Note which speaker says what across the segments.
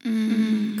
Speaker 1: Contenido, Mm,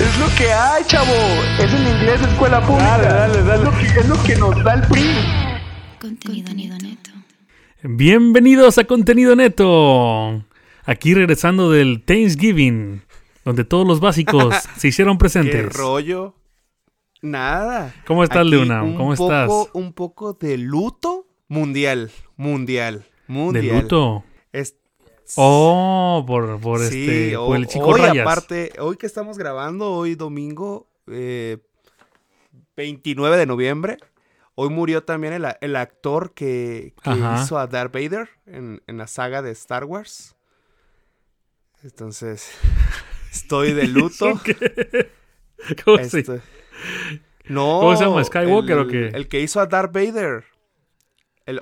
Speaker 2: Es lo que hay, chavo. Es en inglés escuela pública.
Speaker 3: Dale, dale, dale.
Speaker 2: Es lo que, es lo que nos da el PRI.
Speaker 1: Contenido, neto.
Speaker 4: Bienvenidos a Contenido Neto. Aquí regresando del Thanksgiving, donde todos los básicos se hicieron
Speaker 5: ¿Qué
Speaker 4: presentes.
Speaker 5: rollo? Nada.
Speaker 4: ¿Cómo estás,
Speaker 5: Aquí
Speaker 4: Leonam?
Speaker 5: un
Speaker 4: ¿Cómo
Speaker 5: poco-
Speaker 4: estás?
Speaker 5: Un poco de luto mundial. Mundial.
Speaker 4: De
Speaker 5: Mundial.
Speaker 4: luto.
Speaker 5: Es-
Speaker 4: Oh, por, por
Speaker 5: sí,
Speaker 4: este,
Speaker 5: ho-
Speaker 4: por el chico
Speaker 5: hoy
Speaker 4: Rayas.
Speaker 5: aparte, hoy que estamos grabando, hoy domingo eh, 29 de noviembre, hoy murió también el, a- el actor que, que
Speaker 4: Ajá.
Speaker 5: hizo a Darth Vader en, en la saga de Star Wars. Entonces, estoy de luto.
Speaker 4: ¿Cómo se-
Speaker 5: Este, No.
Speaker 4: ¿Cómo se llama? ¿Skywalker o qué?
Speaker 5: el- El que hizo a Darth Vader. El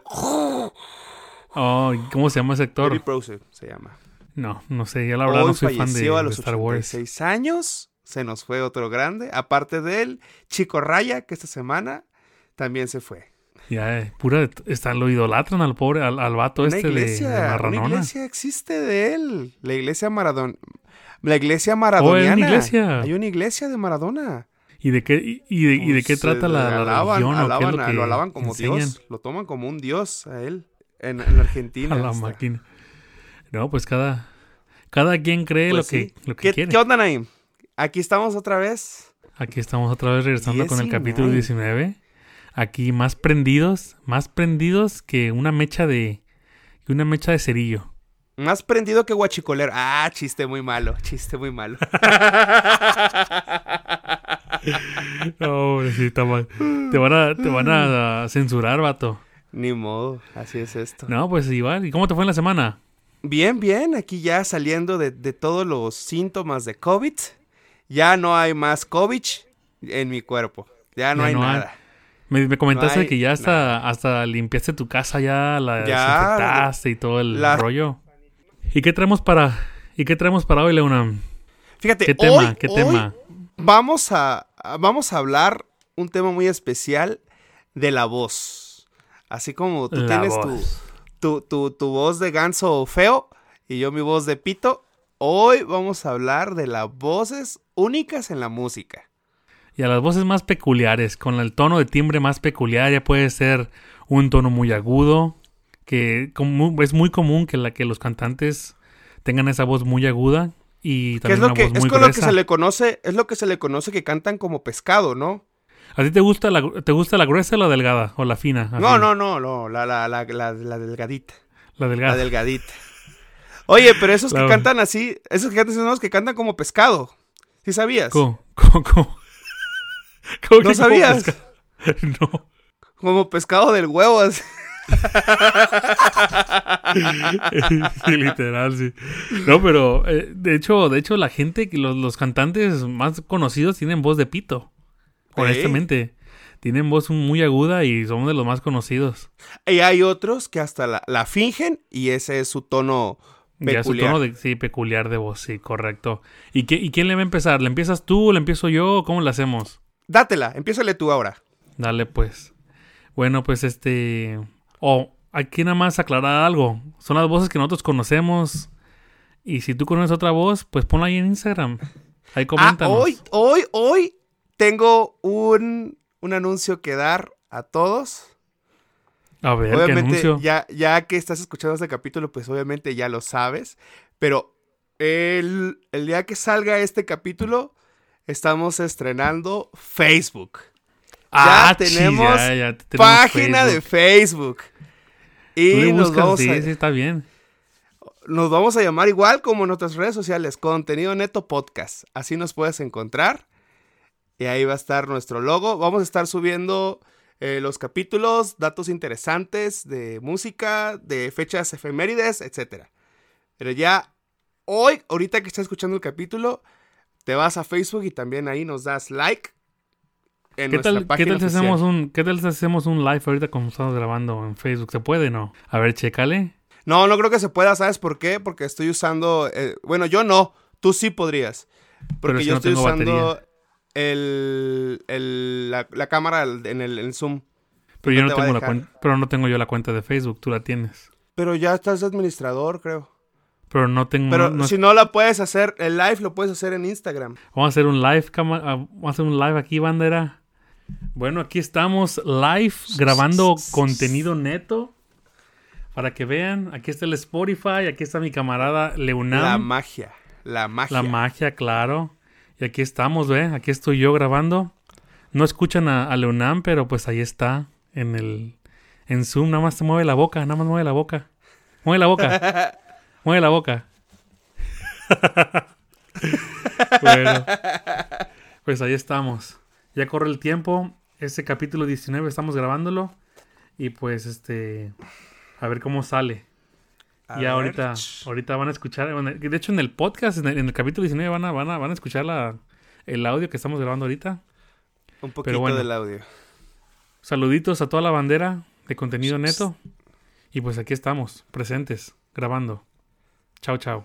Speaker 4: Oh, ¿Cómo se llama ese
Speaker 5: Eddie
Speaker 4: actor?
Speaker 5: Brose se llama.
Speaker 4: No, no sé, ya la verdad
Speaker 5: Hoy
Speaker 4: no soy fan de,
Speaker 5: falleció a
Speaker 4: de
Speaker 5: los
Speaker 4: Star Wars.
Speaker 5: 86 años. Se nos fue otro grande. Aparte de él, Chico Raya, que esta semana también se fue.
Speaker 4: Ya, eh, pura, está, lo idolatran al pobre, al, al vato
Speaker 5: una
Speaker 4: este de- de,
Speaker 5: iglesia, una
Speaker 4: Marranona.
Speaker 5: iglesia existe de él. La iglesia Maradona. La iglesia maradoniana.
Speaker 4: Oh, iglesia.
Speaker 5: Hay una iglesia de Maradona.
Speaker 4: ¿Y de qué, y, y de, y de qué
Speaker 5: Pues,
Speaker 4: trata
Speaker 5: eh,
Speaker 4: la, la
Speaker 5: alaban,
Speaker 4: religión o qué es
Speaker 5: alaban
Speaker 4: lo
Speaker 5: a-
Speaker 4: que
Speaker 5: lo alaban como
Speaker 4: enseñan?
Speaker 5: Dios, lo toman como un Dios a él en, en Argentina.
Speaker 4: a la
Speaker 5: hasta.
Speaker 4: máquina. No, pues cada, cada quien cree
Speaker 5: Pues
Speaker 4: lo que,
Speaker 5: sí.
Speaker 4: lo que
Speaker 5: ¿Qué,
Speaker 4: quiere.
Speaker 5: qué onda, Naim? Aquí estamos otra vez.
Speaker 4: Aquí estamos otra vez regresando con el capítulo
Speaker 5: 19.
Speaker 4: 19. Aquí más prendidos, más prendidos que una mecha de que una mecha de cerillo.
Speaker 5: Más prendido que guachicolero. Ah, chiste muy malo, chiste muy malo.
Speaker 4: No, pobrecita, ma- te van a te van a, a censurar, vato.
Speaker 5: Ni modo, así es esto.
Speaker 4: No, pues igual. ¿Y cómo te fue en la semana?
Speaker 5: Bien, bien, aquí ya saliendo de, de todos los síntomas de COVID. Ya no hay más COVID en mi cuerpo. Ya no
Speaker 4: Ya
Speaker 5: hay
Speaker 4: no hay.
Speaker 5: nada.
Speaker 4: Me, me comentaste
Speaker 5: No hay
Speaker 4: que ya hasta hasta limpiaste tu casa ya, la
Speaker 5: Ya,
Speaker 4: desinfectaste y todo el
Speaker 5: la-
Speaker 4: rollo. ¿Y qué traemos para y qué traemos para hoy, Leonam?
Speaker 5: Fíjate,
Speaker 4: ¿Qué tema?
Speaker 5: hoy-
Speaker 4: ¿Qué
Speaker 5: hoy
Speaker 4: tema?
Speaker 5: Vamos a, a- vamos a hablar un tema muy especial de la voz. Así como tú
Speaker 4: La
Speaker 5: tienes
Speaker 4: voz.
Speaker 5: Tu, tu, tu, tu voz de ganso feo y yo mi voz de pito, hoy vamos a hablar de las voces únicas en la música.
Speaker 4: Y a las voces más peculiares, con el tono de timbre más peculiar, ya puede ser un tono muy agudo, que como- es muy común que, la, que los cantantes tengan esa voz muy aguda y
Speaker 5: Que es
Speaker 4: también
Speaker 5: lo
Speaker 4: una
Speaker 5: que,
Speaker 4: voz
Speaker 5: es
Speaker 4: muy
Speaker 5: con lo que
Speaker 4: gruesa.
Speaker 5: se le conoce, es lo que se le conoce que cantan como pescado, ¿no?
Speaker 4: ¿A ti te gusta la, gru- te gusta la gruesa o la delgada? ¿O la fina?
Speaker 5: No,
Speaker 4: Así,
Speaker 5: no, no, no, la, la, la, la, la delgadita.
Speaker 4: La delgada.
Speaker 5: La delgadita. Oye, pero esos que
Speaker 4: La-
Speaker 5: cantan así, esos que cantan son los que cantan como pescado. ¿Sí sabías?
Speaker 4: ¿Cómo? ¿Cómo? ¿Cómo? ¿Cómo que
Speaker 5: ¿No
Speaker 4: como
Speaker 5: sabías?
Speaker 4: pesca- No.
Speaker 5: Como pescado del huevo. así.
Speaker 4: Sí, literal, sí. No, pero eh, de hecho, de hecho, la gente, que los, los cantantes más conocidos tienen voz de pito.
Speaker 5: Ey.
Speaker 4: Honestamente. Tienen voz muy aguda y son de los más conocidos.
Speaker 5: Y hay otros que hasta la, la fingen y ese es su tono
Speaker 4: Ya su
Speaker 5: peculiar.
Speaker 4: tono de, sí, peculiar de voz, sí, correcto. ¿Y, qué, ¿Y quién le va a empezar? ¿Le empiezas tú? ¿Le empiezo yo? ¿Cómo le hacemos?
Speaker 5: Dátela, empiézale tú ahora.
Speaker 4: Dale, pues. Bueno, pues este. Oh, aquí nada más aclarar algo. Son las voces que nosotros conocemos. Y si tú conoces otra voz, pues ponla ahí en Instagram. Ahí
Speaker 5: Ah,
Speaker 4: coméntanos.
Speaker 5: hoy, hoy, hoy tengo un, un anuncio que dar a todos.
Speaker 4: A ver, ¿qué
Speaker 5: Obviamente,
Speaker 4: anuncio?
Speaker 5: ya, ya que estás escuchando este capítulo, pues obviamente ya lo sabes. Pero el, el día que salga este capítulo, estamos estrenando Facebook.
Speaker 4: Ah,
Speaker 5: ya
Speaker 4: chis,
Speaker 5: tenemos
Speaker 4: ya, ya tenemos
Speaker 5: página de Facebook.
Speaker 4: Tú le
Speaker 5: Y nos
Speaker 4: buscas,
Speaker 5: vamos,
Speaker 4: sí,
Speaker 5: a,
Speaker 4: sí, está bien.
Speaker 5: nos vamos a llamar igual como en nuestras redes sociales, Contenido Neto Podcast. Así nos puedes encontrar. Y ahí va a estar nuestro logo. Vamos a estar subiendo eh, los capítulos, datos interesantes de música, de fechas efemérides, etc. Pero ya hoy, ahorita que estás escuchando el capítulo, te vas a Facebook y también ahí nos das like. en
Speaker 4: ¿Qué
Speaker 5: nuestra
Speaker 4: tal, ¿qué
Speaker 5: página
Speaker 4: tal si hacemos
Speaker 5: oficial.
Speaker 4: un, ¿Qué tal si hacemos un live ahorita como estamos grabando en Facebook? ¿Se puede o no? A ver, chécale.
Speaker 5: No, no creo que se pueda, ¿sabes por qué? Porque estoy usando... eh, bueno, yo no, tú sí podrías.
Speaker 4: Pero es
Speaker 5: Porque
Speaker 4: que
Speaker 5: yo
Speaker 4: no
Speaker 5: estoy
Speaker 4: tengo
Speaker 5: usando
Speaker 4: batería.
Speaker 5: el, el- la, la cámara al- en el en Zoom.
Speaker 4: Pero yo
Speaker 5: No
Speaker 4: no,
Speaker 5: te va a
Speaker 4: tengo la
Speaker 5: dejar.
Speaker 4: cuenta, pero no tengo yo la cuenta de Facebook, tú la tienes.
Speaker 5: Pero ya estás de administrador, creo.
Speaker 4: Pero no tengo
Speaker 5: Pero
Speaker 4: no- no-
Speaker 5: si no la puedes hacer, el live lo puedes hacer en Instagram.
Speaker 4: Vamos a hacer un live, cama- ah, vamos a hacer un live aquí, bandera. Bueno, aquí estamos live grabando contenido neto para que vean. Aquí está el Spotify, aquí está mi camarada
Speaker 5: La
Speaker 4: Leonam,
Speaker 5: magia. La magia.
Speaker 4: Ah. la magia, claro. Y aquí estamos, ve, aquí estoy yo grabando. No escuchan a, a Leonam, pero pues ahí está en el en Zoom, nada más se mueve la boca, nada más mueve la boca. Mueve la boca. mueve la boca. bueno. Pues ahí estamos. Ya corre el tiempo. Este capítulo 19 estamos grabándolo. Y pues este. A ver cómo sale.
Speaker 5: A
Speaker 4: ya
Speaker 5: ver.
Speaker 4: ahorita, ahorita van a escuchar. van a- De hecho, en el podcast, en el, en el capítulo 19, van a, van a, van a escuchar la- el audio que estamos grabando ahorita.
Speaker 5: Un poquito
Speaker 4: bueno.
Speaker 5: del audio.
Speaker 4: Saluditos a toda la bandera de contenido neto. Y pues aquí estamos, presentes, grabando. Chao, chao.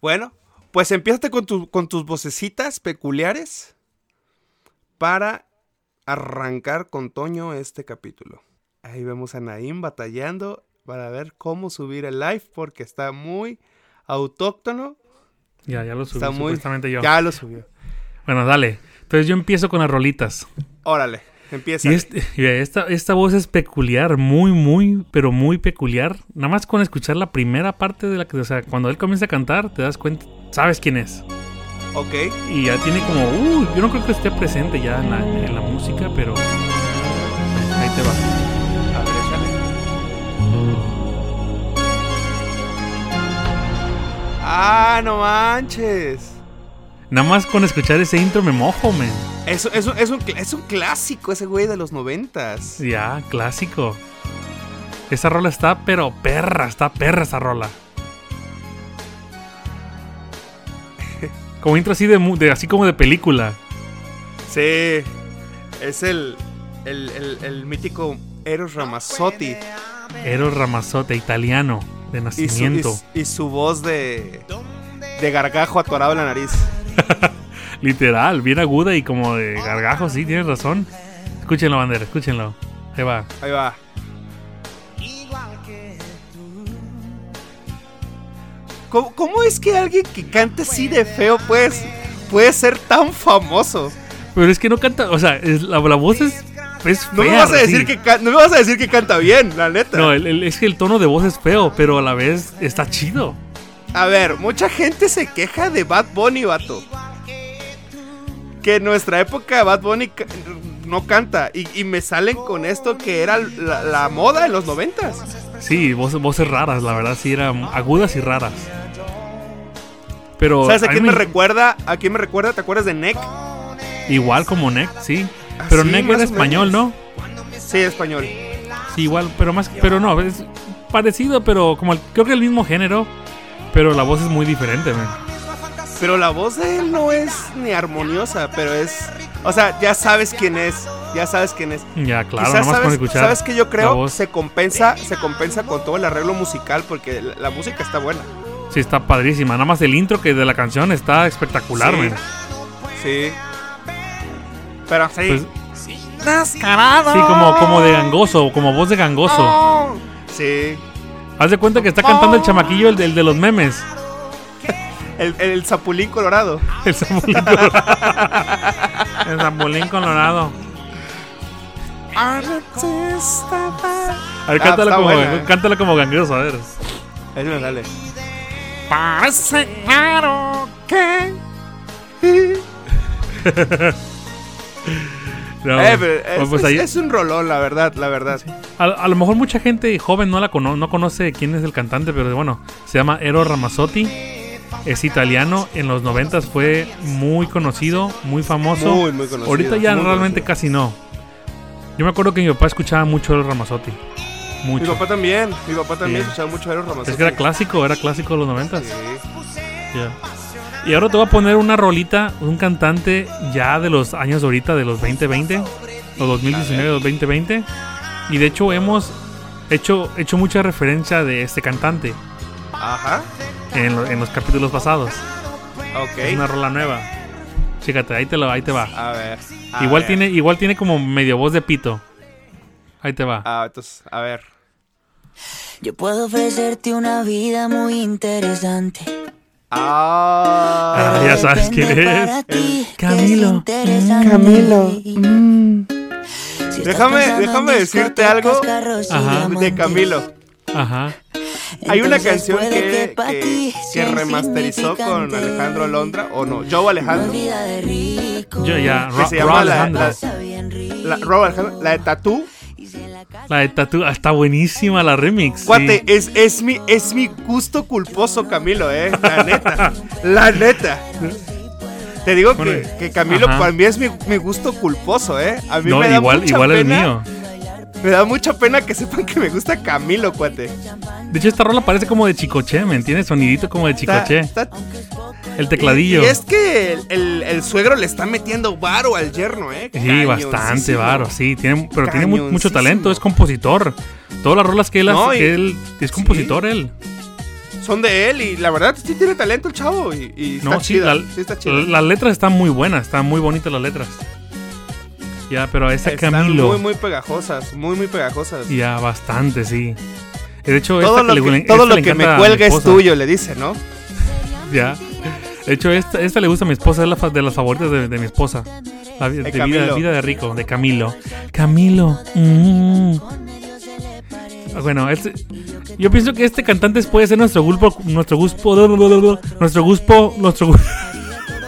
Speaker 5: Bueno, pues empiezate con, tu- con tus vocecitas peculiares para arrancar con Toño este capítulo. Ahí vemos a Naim batallando para ver cómo subir el live porque está muy autóctono.
Speaker 4: Ya, ya lo subí,
Speaker 5: Está muy...
Speaker 4: supuestamente yo.
Speaker 5: Ya lo subió.
Speaker 4: Bueno, dale. Entonces yo empiezo con las rolitas.
Speaker 5: Órale, empieza.
Speaker 4: Y este- y esta, esta voz es peculiar, muy, muy, pero muy peculiar. Nada más con escuchar la primera parte de la que, o sea, cuando él comienza a cantar, te das cuenta, sabes quién es.
Speaker 5: Ok.
Speaker 4: Y ya tiene como, uh, yo no creo que esté presente ya en la, en la música, pero ahí te va.
Speaker 5: A ver, échale. Ah, no manches.
Speaker 4: Nada más con escuchar ese intro me mojo, men.
Speaker 5: Eso, eso, es, un, cl- es un clásico ese güey de los noventas.
Speaker 4: Ya, clásico. Esa rola está, pero perra, está perra esa rola. Como intro así de, mu- de así como de película.
Speaker 5: Sí. Es el, el, el- el mítico Eros Ramazzotti.
Speaker 4: Eros Ramazzotti, italiano de
Speaker 5: Y su, y
Speaker 4: nacimiento.
Speaker 5: su- y su voz de, de gargajo atorado en la nariz.
Speaker 4: Literal, bien aguda y como de gargajo, sí, tienes razón. Escúchenlo, bandera, escúchenlo. Ahí va.
Speaker 5: Ahí va. ¿Cómo, cómo es que alguien que canta así de feo pues, puede ser tan famoso?
Speaker 4: Pero es que no canta, o sea, es- la, la voz es, es
Speaker 5: No me,
Speaker 4: fea,
Speaker 5: vas a decir
Speaker 4: sí.
Speaker 5: que can- no me vas a decir que canta bien, la neta.
Speaker 4: No, el- el- es que el tono de voz es feo, pero a la vez está chido.
Speaker 5: A ver, mucha gente se queja de Bad Bunny, vato. Que en nuestra época Bad Bunny ca- no canta. Y, y me salen con esto que era la, la moda en los noventas.
Speaker 4: Sí, voces, voces raras, la verdad, sí, eran agudas y raras. Pero
Speaker 5: ¿Sabes a
Speaker 4: mí
Speaker 5: quién me recuerda? ¿A quién me recuerda? ¿Te acuerdas de Neck?
Speaker 4: igual como Neck, sí. Pero
Speaker 5: Ah, sí,
Speaker 4: Neck
Speaker 5: más
Speaker 4: era
Speaker 5: o
Speaker 4: español,
Speaker 5: menos.
Speaker 4: ¿no?
Speaker 5: Sí, español.
Speaker 4: Sí, igual, pero más, pero no, es parecido, pero como el- creo que el mismo género, pero la voz es muy diferente, man.
Speaker 5: Pero la voz de él no es ni armoniosa, pero es... O sea, ya sabes quién es. Ya sabes quién es.
Speaker 4: Ya, claro, nomás
Speaker 5: Quizás
Speaker 4: con
Speaker 5: sabes,
Speaker 4: escuchar.
Speaker 5: sabes que yo
Speaker 4: la
Speaker 5: creo
Speaker 4: voz.
Speaker 5: se compensa, se compensa con todo el arreglo musical porque la, la música está buena.
Speaker 4: Sí, está padrísima. Nada más el intro que de la canción está espectacular,
Speaker 5: Sí.
Speaker 4: man.
Speaker 5: Sí. Pero sí.
Speaker 4: Pues- Sí, como, como de gangoso, como voz de gangoso.
Speaker 5: Sí.
Speaker 4: Haz de cuenta que está cantando el chamaquillo, el, del de los memes.
Speaker 5: El, el Zapulín Colorado.
Speaker 4: El Zambulín Colorado. El Zambulín Colorado. A ver,
Speaker 5: Ah,
Speaker 4: cántalo,
Speaker 5: está
Speaker 4: como,
Speaker 5: buena, eh.
Speaker 4: cántalo como gangoso, a ver.
Speaker 5: Ahí me sale.
Speaker 4: Parece claro que... No,
Speaker 5: Eh, pero es,
Speaker 4: pues
Speaker 5: es-
Speaker 4: ahí-
Speaker 5: es un rolón, la verdad, la verdad.
Speaker 4: a, a lo mejor mucha gente joven no la cono- no conoce quién es el cantante, pero bueno, se llama Ero Ramazzotti. Es italiano, en los 90 fue muy conocido, muy famoso.
Speaker 5: Muy, muy conocido,
Speaker 4: Ahorita ya
Speaker 5: muy
Speaker 4: realmente
Speaker 5: conocido.
Speaker 4: casi no. Yo me acuerdo que mi papá escuchaba mucho Ero Ramazzotti.
Speaker 5: Mi
Speaker 4: Mucho.
Speaker 5: papá también, mi papá también
Speaker 4: Sí.
Speaker 5: escuchaba mucho a Eros Ramazzotti.
Speaker 4: Es que era clásico, era clásico de los 90
Speaker 5: Sí.
Speaker 4: Y ahora te voy a poner una rolita, un cantante ya de los años ahorita, de los 2020. o 2019 o 2020. Y de hecho hemos hecho, hecho mucha referencia de este cantante
Speaker 5: Ajá.
Speaker 4: en, lo- en los capítulos pasados. Es una
Speaker 5: Ok.
Speaker 4: rola nueva. Chécate, ahí te, lo, ahí te va.
Speaker 5: A ver. a
Speaker 4: Igual
Speaker 5: ver.
Speaker 4: tiene, igual tiene como medio voz de pito. Ahí te va.
Speaker 5: Ah, entonces, a ver.
Speaker 6: Yo puedo ofrecerte una vida muy interesante.
Speaker 5: Ah.
Speaker 4: Ah, ya sabes quién
Speaker 6: Depende
Speaker 4: es.
Speaker 6: para ti, qué es
Speaker 4: Camilo.
Speaker 6: interesante. Mm.
Speaker 5: Camilo.
Speaker 6: Si estás
Speaker 5: Déjame-
Speaker 6: pensando en
Speaker 5: déjame decirte algo
Speaker 6: discotecas, carros y
Speaker 4: Ajá.
Speaker 5: De
Speaker 6: diamantes,
Speaker 5: Camilo.
Speaker 4: Ajá.
Speaker 5: Hay una
Speaker 6: entonces
Speaker 5: canción
Speaker 6: puede
Speaker 5: que,
Speaker 6: pa'
Speaker 5: que-
Speaker 6: ti
Speaker 5: que
Speaker 6: sea
Speaker 5: remasterizó con
Speaker 6: insignificante.
Speaker 5: Alejandro Alondra, o no, Joe Alejandro.
Speaker 6: Vida de rico.
Speaker 4: Yo ya,
Speaker 5: Que
Speaker 4: Ro-
Speaker 5: se
Speaker 4: Rob
Speaker 5: llama la-
Speaker 4: Alejandro. La,
Speaker 5: la-
Speaker 6: Está bien rico.
Speaker 5: La, Rob Alejandro, la de Tatú.
Speaker 6: Y se la casa
Speaker 4: de Tatu. ah, Está buenísima la remix. sí.
Speaker 5: Cuate, es, es, mi, es mi gusto culposo, Camilo, eh. La neta. la neta. Te digo que,
Speaker 4: Bueno,
Speaker 5: que Camilo
Speaker 4: ajá.
Speaker 5: para mí es mi, mi gusto culposo, eh. A mí
Speaker 4: No,
Speaker 5: me da
Speaker 4: igual,
Speaker 5: mucha
Speaker 4: igual el
Speaker 5: pena-
Speaker 4: mío.
Speaker 5: Me da mucha pena que sepan que me gusta Camilo, cuate.
Speaker 4: De hecho, esta rola parece como de chicoche, ¿me entiendes? Sonidito como de
Speaker 5: Está-
Speaker 4: chicoche.
Speaker 5: está-
Speaker 4: El tecladillo.
Speaker 5: Y es que el, el- el suegro le está metiendo varo al yerno, eh.
Speaker 4: Sí, bastante
Speaker 5: Cañoncísimo.
Speaker 4: varo, sí, tiene, pero tiene mu- mucho
Speaker 5: Cañoncísimo.
Speaker 4: talento, es compositor. Todas las rolas que él hace,
Speaker 5: No, y-
Speaker 4: que él es compositor él.
Speaker 5: Son de él y la verdad sí tiene talento el chavo y, y está
Speaker 4: No, sí,
Speaker 5: chida.
Speaker 4: la-
Speaker 5: sí está chida.
Speaker 4: la- las letras están muy buenas, están muy bonitas las letras. Ya, pero esta
Speaker 5: Están
Speaker 4: Camilo,
Speaker 5: muy, muy pegajosas, muy, muy pegajosas.
Speaker 4: ya bastante, sí. Y De hecho,
Speaker 5: todo
Speaker 4: esta
Speaker 5: lo
Speaker 4: le-
Speaker 5: que,
Speaker 4: esta
Speaker 5: todo lo
Speaker 4: le
Speaker 5: que
Speaker 4: encanta a
Speaker 5: me
Speaker 4: mi
Speaker 5: cuelga es
Speaker 4: esposa,
Speaker 5: tuyo, le dice, ¿no?
Speaker 4: Ya. De hecho, esta, esta le gusta a mi esposa, es la fa- de las favoritas de, de mi esposa. La vi- de vida,
Speaker 5: Camilo.
Speaker 4: vida de rico, de Camilo. Camilo. mm. Ah, Bueno, este- yo pienso que este cantante puede ser nuestro grupo, nuestro gusto, nuestro gusto, nuestro gu-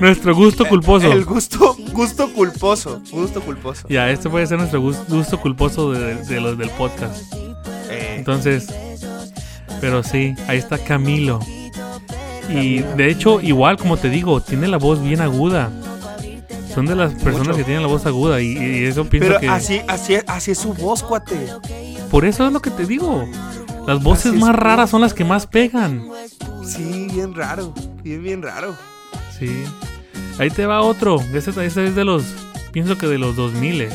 Speaker 4: nuestro gusto culposo.
Speaker 5: El gusto, gusto culposo, gusto culposo.
Speaker 4: Ya, este puede ser nuestro gus- gusto culposo de, de los del podcast.
Speaker 5: Eh,
Speaker 4: Entonces, pero sí, ahí está Camilo. Y de hecho, igual como te digo, tiene la voz bien aguda. Son de las personas
Speaker 5: Mucho.
Speaker 4: que tienen la voz aguda y, y eso pienso
Speaker 5: pero
Speaker 4: que
Speaker 5: así, así, así es su voz, cuate.
Speaker 4: por eso es lo que te digo. Las voces
Speaker 5: Así es.
Speaker 4: más raras son las que más pegan.
Speaker 5: Sí, bien raro, bien, bien raro.
Speaker 4: Sí. Ahí te va otro. Este, este es de los pienso que de los 2000
Speaker 5: A ver,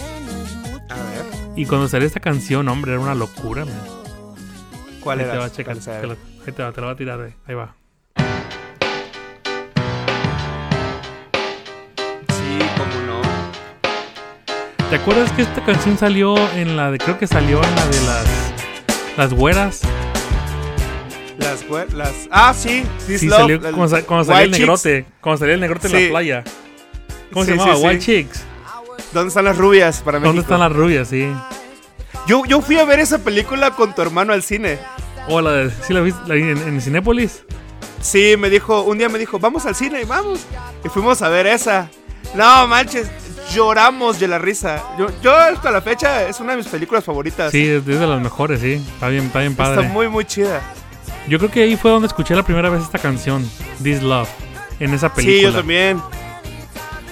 Speaker 4: y cuando salió esta canción, hombre, era una locura. man.
Speaker 5: ¿cuál
Speaker 4: Ahí
Speaker 5: era?
Speaker 4: te va,
Speaker 5: ¿Cuál
Speaker 4: chécate,
Speaker 5: será?
Speaker 4: te la- ahí te va, te la va a tirar, eh. ahí va.
Speaker 5: Sí, cómo no.
Speaker 4: ¿Te acuerdas que esta canción salió en la de, creo que salió en la de las, las güeras?
Speaker 5: Las, güe- las, ah, sí, This
Speaker 4: Sí,
Speaker 5: Love,
Speaker 4: salió
Speaker 5: el-
Speaker 4: cuando, sa- cuando salió el
Speaker 5: White Chicks.
Speaker 4: negrote, cuando salió el negrote en
Speaker 5: Sí.
Speaker 4: la playa. ¿Cómo se
Speaker 5: Sí, sí,
Speaker 4: llamaba?
Speaker 5: sí.
Speaker 4: White Chicks.
Speaker 5: ¿Dónde están las rubias para
Speaker 4: ¿Dónde
Speaker 5: México?
Speaker 4: están las rubias? Sí.
Speaker 5: Yo, yo fui a ver esa película con tu hermano al cine.
Speaker 4: O la de, ¿sí la viste La vi en, en Cinépolis?
Speaker 5: Sí, me dijo, un día me dijo, vamos al cine, vamos. Y fuimos a ver esa. No manches, lloramos de la risa. Yo, yo hasta la fecha es una de mis películas favoritas.
Speaker 4: Sí, es, es de las mejores, sí. Está bien, está bien
Speaker 5: Está
Speaker 4: padre.
Speaker 5: muy, muy chida.
Speaker 4: Yo creo que ahí fue donde escuché la primera vez esta canción, This Love, en esa película.
Speaker 5: Sí, yo también.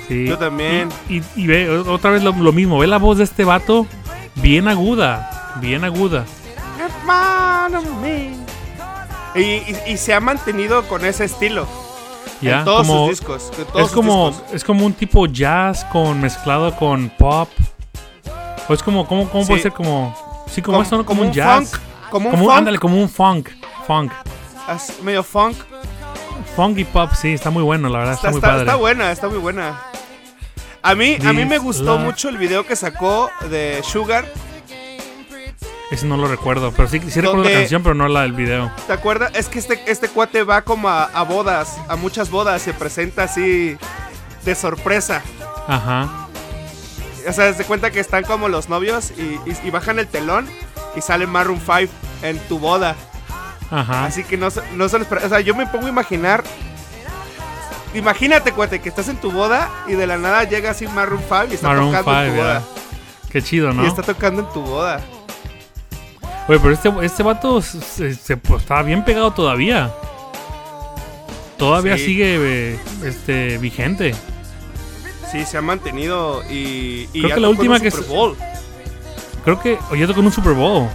Speaker 4: Sí.
Speaker 5: Yo también.
Speaker 4: Y, y- y ve o- otra vez lo, lo mismo, ve la voz de este vato bien aguda, bien aguda.
Speaker 5: Hermano mío. Y, y- y se ha mantenido con ese estilo.
Speaker 4: Ya,
Speaker 5: en todos
Speaker 4: como,
Speaker 5: sus discos. en todos
Speaker 4: es
Speaker 5: sus
Speaker 4: como
Speaker 5: discos.
Speaker 4: es como un tipo jazz con mezclado con pop. O es como cómo cómo puede
Speaker 5: Sí.
Speaker 4: ser como sí como
Speaker 5: Com-
Speaker 4: eso, ¿no? como, un jazz.
Speaker 5: funk. Como un
Speaker 4: como un
Speaker 5: funk.
Speaker 4: ándale, como un funk, funk.
Speaker 5: así, medio funk.
Speaker 4: Funk y pop, sí, está muy bueno, la verdad, está,
Speaker 5: Está,
Speaker 4: muy
Speaker 5: está-
Speaker 4: padre.
Speaker 5: está buena, está muy buena. A mí, a mí me
Speaker 4: This
Speaker 5: gustó
Speaker 4: love.
Speaker 5: mucho el video que sacó de Sugar.
Speaker 4: Ese no lo recuerdo, pero sí sí recuerdo la
Speaker 5: Donde-
Speaker 4: canción, pero no la del video.
Speaker 5: ¿Te acuerdas? Es que este, este cuate va como a, a bodas, a muchas bodas, se presenta así de sorpresa.
Speaker 4: Ajá.
Speaker 5: O sea, se cuenta que están como los novios y, y- y bajan el telón y sale Maroon 5 en tu boda.
Speaker 4: Ajá.
Speaker 5: Así que no, se- no se les... pre- O sea, yo me pongo a imaginar... Imagínate, cuate, que estás en tu boda y de la nada llega así Maroon 5 y está
Speaker 4: Maroon
Speaker 5: tocando
Speaker 4: 5,
Speaker 5: en tu
Speaker 4: ya.
Speaker 5: boda.
Speaker 4: Qué chido, ¿no?
Speaker 5: Y está tocando en tu boda.
Speaker 4: Oye, pero este, este vato se, se- se- pues, estaba bien pegado todavía. Todavía
Speaker 5: Sí.
Speaker 4: sigue eh, este vigente.
Speaker 5: Sí, se ha mantenido y... y
Speaker 4: Creo
Speaker 5: ya
Speaker 4: que la
Speaker 5: tocó en
Speaker 4: última
Speaker 5: un
Speaker 4: que
Speaker 5: Super
Speaker 4: se-
Speaker 5: Bowl.
Speaker 4: Creo que oye tocó en un Super Bowl.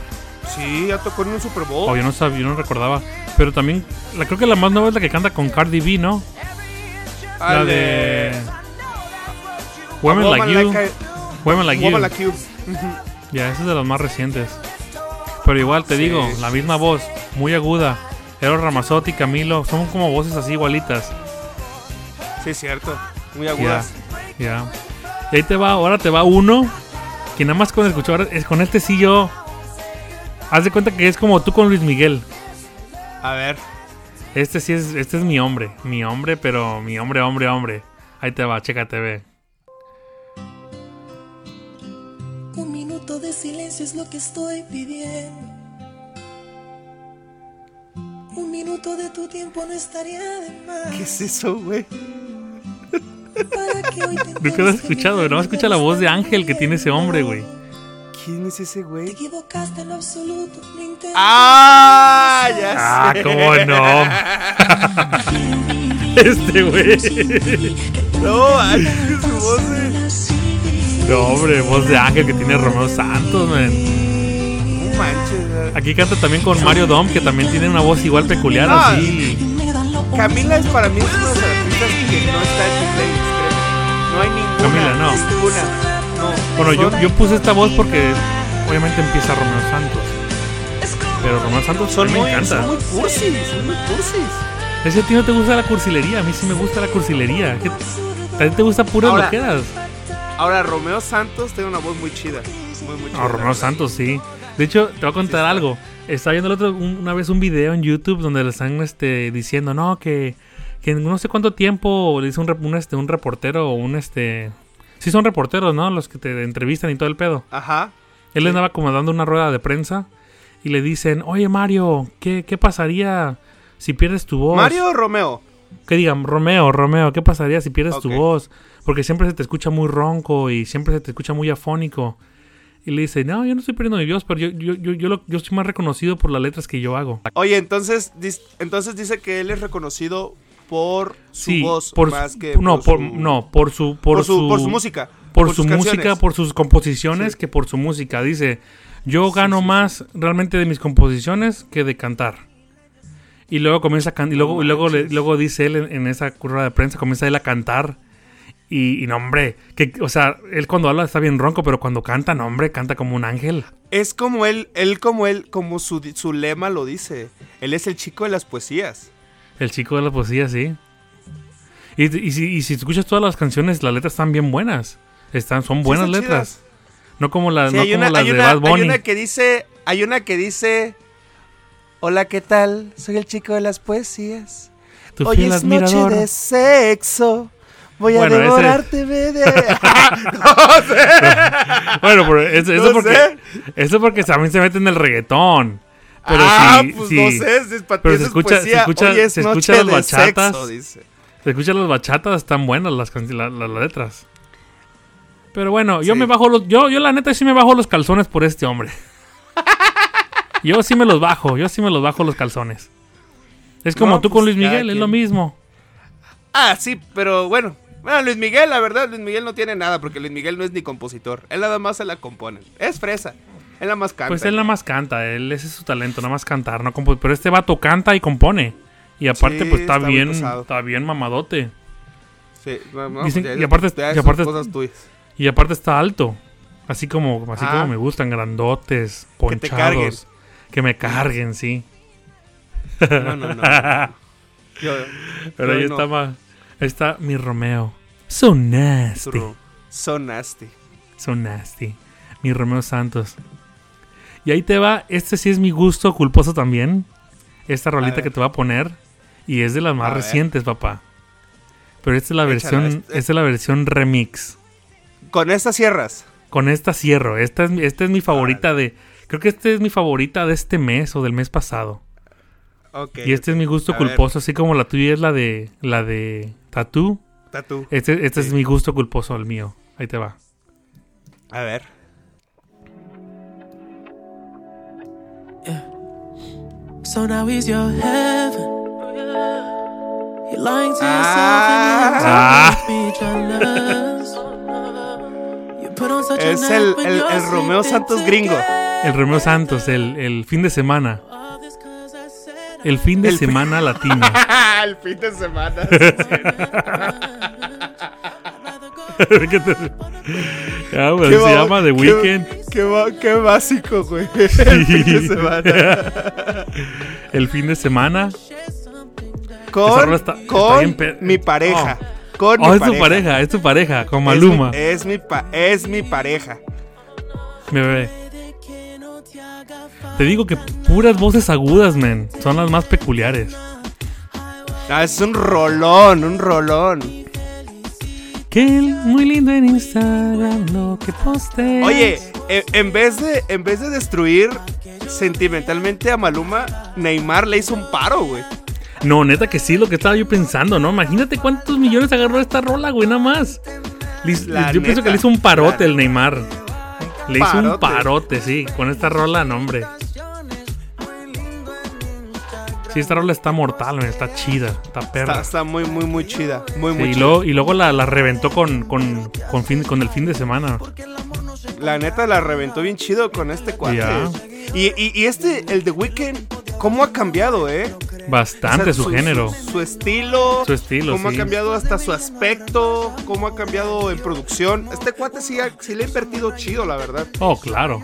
Speaker 5: Sí, ya tocó en un Super Bowl.
Speaker 4: Oh, yo no sabía, yo no recordaba. Pero también, la, creo que la más nueva es la que canta con Cardi B, ¿no? La
Speaker 5: Ale.
Speaker 4: de. Women
Speaker 5: Woman
Speaker 4: Like You.
Speaker 5: Like I-
Speaker 4: Women Like You.
Speaker 5: Woman Like You.
Speaker 4: Ya, ese es de los más recientes. Pero igual te digo, la misma voz, muy aguda. Ero Ramazotti, Camilo, son como voces así igualitas.
Speaker 5: Sí, cierto. Muy
Speaker 4: Ya,
Speaker 5: agudas.
Speaker 4: ya. Y ahí te va, ahora te va uno. Que nada más con escuchar, es con este sí yo. Haz de cuenta que es como tú con Luis Miguel.
Speaker 5: A ver.
Speaker 4: Este sí es, este es mi hombre. Mi hombre, pero mi hombre, hombre, hombre. Ahí te va, chécate, ve.
Speaker 7: Un minuto de silencio es lo que estoy pidiendo. Un minuto de tu tiempo no estaría de
Speaker 5: ¿Qué
Speaker 7: más.
Speaker 5: es eso, güey?
Speaker 7: Para que hoy
Speaker 4: Nunca lo has escuchado, no escucha la voz de Ángel que tiene ese hombre, güey.
Speaker 5: ¿Quién es ese
Speaker 7: Te
Speaker 5: güey?
Speaker 7: equivocaste en lo absoluto. no intentes-
Speaker 5: ¡Ah! Ya
Speaker 4: Ah,
Speaker 5: sé.
Speaker 4: cómo no. este güey.
Speaker 5: No, ay, su voz, güey.
Speaker 4: No, hombre, voz de Ángel que tiene Romeo Santos, man.
Speaker 5: No manches, güey.
Speaker 4: Aquí canta también con Mario Dom, que también tiene una voz igual peculiar,
Speaker 5: Ah.
Speaker 4: así.
Speaker 5: Camila es para mí es una de las artistas que no está en mi playlist, creo. No hay ninguna.
Speaker 4: Camila, no.
Speaker 5: Ninguna. No.
Speaker 4: Bueno, yo, yo puse esta voz porque obviamente empieza Romeo Santos. Pero Romeo Santos
Speaker 5: Son
Speaker 4: a mí
Speaker 5: muy,
Speaker 4: me encanta.
Speaker 5: son muy cursis, son muy cursis.
Speaker 4: Ese tío no te gusta la cursilería, a mí sí me gusta la cursilería. ¿Qué- ¿A ti te gusta puras
Speaker 5: Ahora,
Speaker 4: loqueras?
Speaker 5: Ahora, Romeo Santos tiene una voz muy chida. Muy, muy chida.
Speaker 4: No, Romeo Santos, sí. De hecho, te voy a contar algo. Estaba viendo el otro, un- una vez un video en YouTube donde le están este, diciendo, no, que, que en no sé cuánto tiempo le hizo un, rep- un, este, un reportero o un este... Sí son reporteros, ¿no? Los que te entrevistan y todo el pedo.
Speaker 5: Ajá.
Speaker 4: Él le andaba como dando una rueda de prensa y le dicen, oye Mario, ¿qué, qué pasaría si pierdes tu voz?
Speaker 5: Mario o Romeo.
Speaker 4: Que digan, Romeo, Romeo, ¿qué pasaría si pierdes
Speaker 5: Ok.
Speaker 4: tu voz? Porque siempre se te escucha muy ronco y siempre se te escucha muy afónico. Y le dice, no, yo no estoy perdiendo mi voz, pero yo, yo, yo, yo, lo- yo soy más reconocido por las letras que yo hago.
Speaker 5: Oye, entonces, dis- entonces dice que él es reconocido por su
Speaker 4: Sí,
Speaker 5: voz
Speaker 4: por
Speaker 5: más
Speaker 4: su-
Speaker 5: que
Speaker 4: no, por,
Speaker 5: su-
Speaker 4: no, por su, por,
Speaker 5: por su, por su música.
Speaker 4: por,
Speaker 5: sus
Speaker 4: su música,
Speaker 5: canciones.
Speaker 4: por sus composiciones, que por su música. Dice, yo gano más realmente de mis composiciones que de cantar. Y luego comienza a can- y luego, y luego, le- luego dice él en, en esa curva de prensa, comienza él a cantar. Y, y no, hombre, que, o sea, él cuando habla está bien ronco, pero cuando canta, no, hombre, canta como un ángel.
Speaker 5: Es como él, él como él, como su, di- su lema lo dice. Él es el chico de las poesías.
Speaker 4: El chico de la poesía, sí. Y, y si, y si escuchas todas las canciones, las letras están bien buenas. Están, son buenas
Speaker 5: están
Speaker 4: letras. No como, las
Speaker 5: Sí,
Speaker 4: no
Speaker 5: hay,
Speaker 4: como
Speaker 5: una,
Speaker 4: las
Speaker 5: hay
Speaker 4: de
Speaker 5: una-
Speaker 4: Bad Bunny.
Speaker 5: hay una que dice, hay una que dice, hola, ¿qué tal? Soy el chico de las poesías.
Speaker 4: Tu
Speaker 5: Hoy
Speaker 4: fiel
Speaker 5: es
Speaker 4: admirador.
Speaker 5: noche de sexo. Voy
Speaker 4: Bueno,
Speaker 5: a
Speaker 4: ese-
Speaker 5: devorarte, bebé.
Speaker 4: Bueno, pero es- eso,
Speaker 5: No
Speaker 4: porque,
Speaker 5: sé.
Speaker 4: eso porque también se mete en el reggaetón. Pero
Speaker 5: ah,
Speaker 4: si,
Speaker 5: pues
Speaker 4: si-
Speaker 5: no sé, es, para ti
Speaker 4: pero
Speaker 5: eso
Speaker 4: se
Speaker 5: es
Speaker 4: escucha- se
Speaker 5: poesía.
Speaker 4: escucha-
Speaker 5: Hoy es
Speaker 4: se
Speaker 5: noche
Speaker 4: escucha las
Speaker 5: de
Speaker 4: bachatas.
Speaker 5: sexo, dice.
Speaker 4: se escuchan las bachatas, están buenas las, can- la- las letras. Pero bueno, yo
Speaker 5: Sí.
Speaker 4: me bajo los. Yo, yo la neta sí me bajo los calzones por este hombre. yo sí me los bajo, yo sí me los bajo los calzones. Es como
Speaker 5: No,
Speaker 4: tú
Speaker 5: pues,
Speaker 4: con Luis
Speaker 5: cada
Speaker 4: Miguel, es lo
Speaker 5: quien.
Speaker 4: mismo.
Speaker 5: Ah, sí, pero bueno. Bueno, Luis Miguel, la verdad, Luis Miguel no tiene nada porque Luis Miguel no es ni compositor. Él nada más se la compone. Es fresa. Él nada más canta.
Speaker 4: Pues él nada más canta, él ese es su talento, nada más cantar, no compo- Pero este vato canta y compone. Y aparte,
Speaker 5: Sí,
Speaker 4: pues está,
Speaker 5: está muy
Speaker 4: bien,
Speaker 5: pesado.
Speaker 4: está bien mamadote.
Speaker 5: Sí, no, no,
Speaker 4: Dicen-
Speaker 5: ya-
Speaker 4: y aparte-
Speaker 5: ya
Speaker 4: y
Speaker 5: son
Speaker 4: aparte-
Speaker 5: cosas tuyas.
Speaker 4: Y aparte está alto. Así como, así
Speaker 5: Ah.
Speaker 4: como me gustan, grandotes,
Speaker 5: Que te carguen.
Speaker 4: ponchados. Que me carguen, sí.
Speaker 5: No, no, no. Yo,
Speaker 4: Pero ahí
Speaker 5: no.
Speaker 4: está más. ahí está mi Romeo. So nasty.
Speaker 5: True. So nasty.
Speaker 4: So nasty. Mi Romeo Santos. Y ahí te va. Este sí es mi gusto culposo también. Esta rolita
Speaker 5: ver.
Speaker 4: que te va a poner. Y es de las más
Speaker 5: A ver. este-
Speaker 4: recientes, papá. Pero esta es la
Speaker 5: Échala,
Speaker 4: versión.
Speaker 5: es-
Speaker 4: Esta es la versión remix.
Speaker 5: Con estas sierras.
Speaker 4: Con esta cierro. Esta es, mi- esta es mi favorita de. Creo que esta es mi favorita de este mes o del mes pasado.
Speaker 5: Ok.
Speaker 4: Y este es mi gusto
Speaker 5: A ver.
Speaker 4: culposo, así como la tuya es la de la de Tatú.
Speaker 5: Tatú.
Speaker 4: Este, este es mi gusto culposo, el mío. Ahí te va.
Speaker 5: A ver.
Speaker 7: So now is your heaven. You're lying to yourself
Speaker 5: Ah.
Speaker 4: Ah,
Speaker 7: and be jealous. You put on such a
Speaker 5: Es
Speaker 7: net
Speaker 5: el,
Speaker 7: when
Speaker 5: el,
Speaker 7: you're
Speaker 5: el Romeo
Speaker 7: sleeping
Speaker 5: Santos gringo.
Speaker 4: el Romeo Santos, el, el fin de semana.
Speaker 7: All this 'cause I said
Speaker 4: El fin de
Speaker 5: El fin-
Speaker 4: semana latino. Ah,
Speaker 5: el fin de semana. sí, sí.
Speaker 7: I'd rather go
Speaker 4: ¿Qué te- Ya, güey,
Speaker 5: Qué
Speaker 4: Pues se
Speaker 5: ba-
Speaker 4: llama The
Speaker 5: qué-
Speaker 4: Weeknd.
Speaker 5: Qué, ba- qué básico, güey. El fin de semana.
Speaker 4: El fin de semana. Esa
Speaker 5: Con,
Speaker 4: rola está- está
Speaker 5: con
Speaker 4: bien pe-
Speaker 5: mi pareja. Con
Speaker 4: Oh,
Speaker 5: mi
Speaker 4: es tu pareja, es tu pareja, con
Speaker 5: Es mi- eh.
Speaker 4: Maluma.
Speaker 5: Es mi, pa- es mi pareja.
Speaker 4: Mi bebé. Te digo que puras voces agudas, men. Son las más peculiares.
Speaker 5: Ah, es un rolón, un rolón.
Speaker 4: Que el- muy lindo en Instagram lo que posteas.
Speaker 5: Oye, e- en vez de, en vez de destruir sentimentalmente a Maluma, Neymar le hizo un paro, güey.
Speaker 4: No, neta que sí, lo que estaba yo pensando, ¿no? Imagínate cuántos millones agarró esta rola, güey, nada más. Lis-
Speaker 5: La
Speaker 4: yo pienso
Speaker 5: neta,
Speaker 4: que le hizo un parote
Speaker 5: la-
Speaker 4: el Neymar. Le hizo un
Speaker 5: parote.
Speaker 4: parote, sí, con esta rola, no, hombre. Sí, esta rola está mortal, men, está chida, está perra.
Speaker 5: Está, está muy, muy, muy chida. Muy,
Speaker 4: Sí,
Speaker 5: muy
Speaker 4: y,
Speaker 5: chida.
Speaker 4: luego, y luego la, la reventó con, con, con, fin, con el fin de semana.
Speaker 5: La neta la reventó bien chido con este cuate.
Speaker 4: Ya.
Speaker 5: Y, y- y este, el de Weeknd, ¿cómo ha cambiado, eh?
Speaker 4: Bastante
Speaker 5: O sea,
Speaker 4: su, género.
Speaker 5: Su, estilo.
Speaker 4: Su estilo,
Speaker 5: Cómo
Speaker 4: sí.
Speaker 5: ha cambiado hasta su aspecto. Cómo ha cambiado en producción. Este cuate sí, ha- sí le ha invertido chido, la verdad.
Speaker 4: Oh, claro.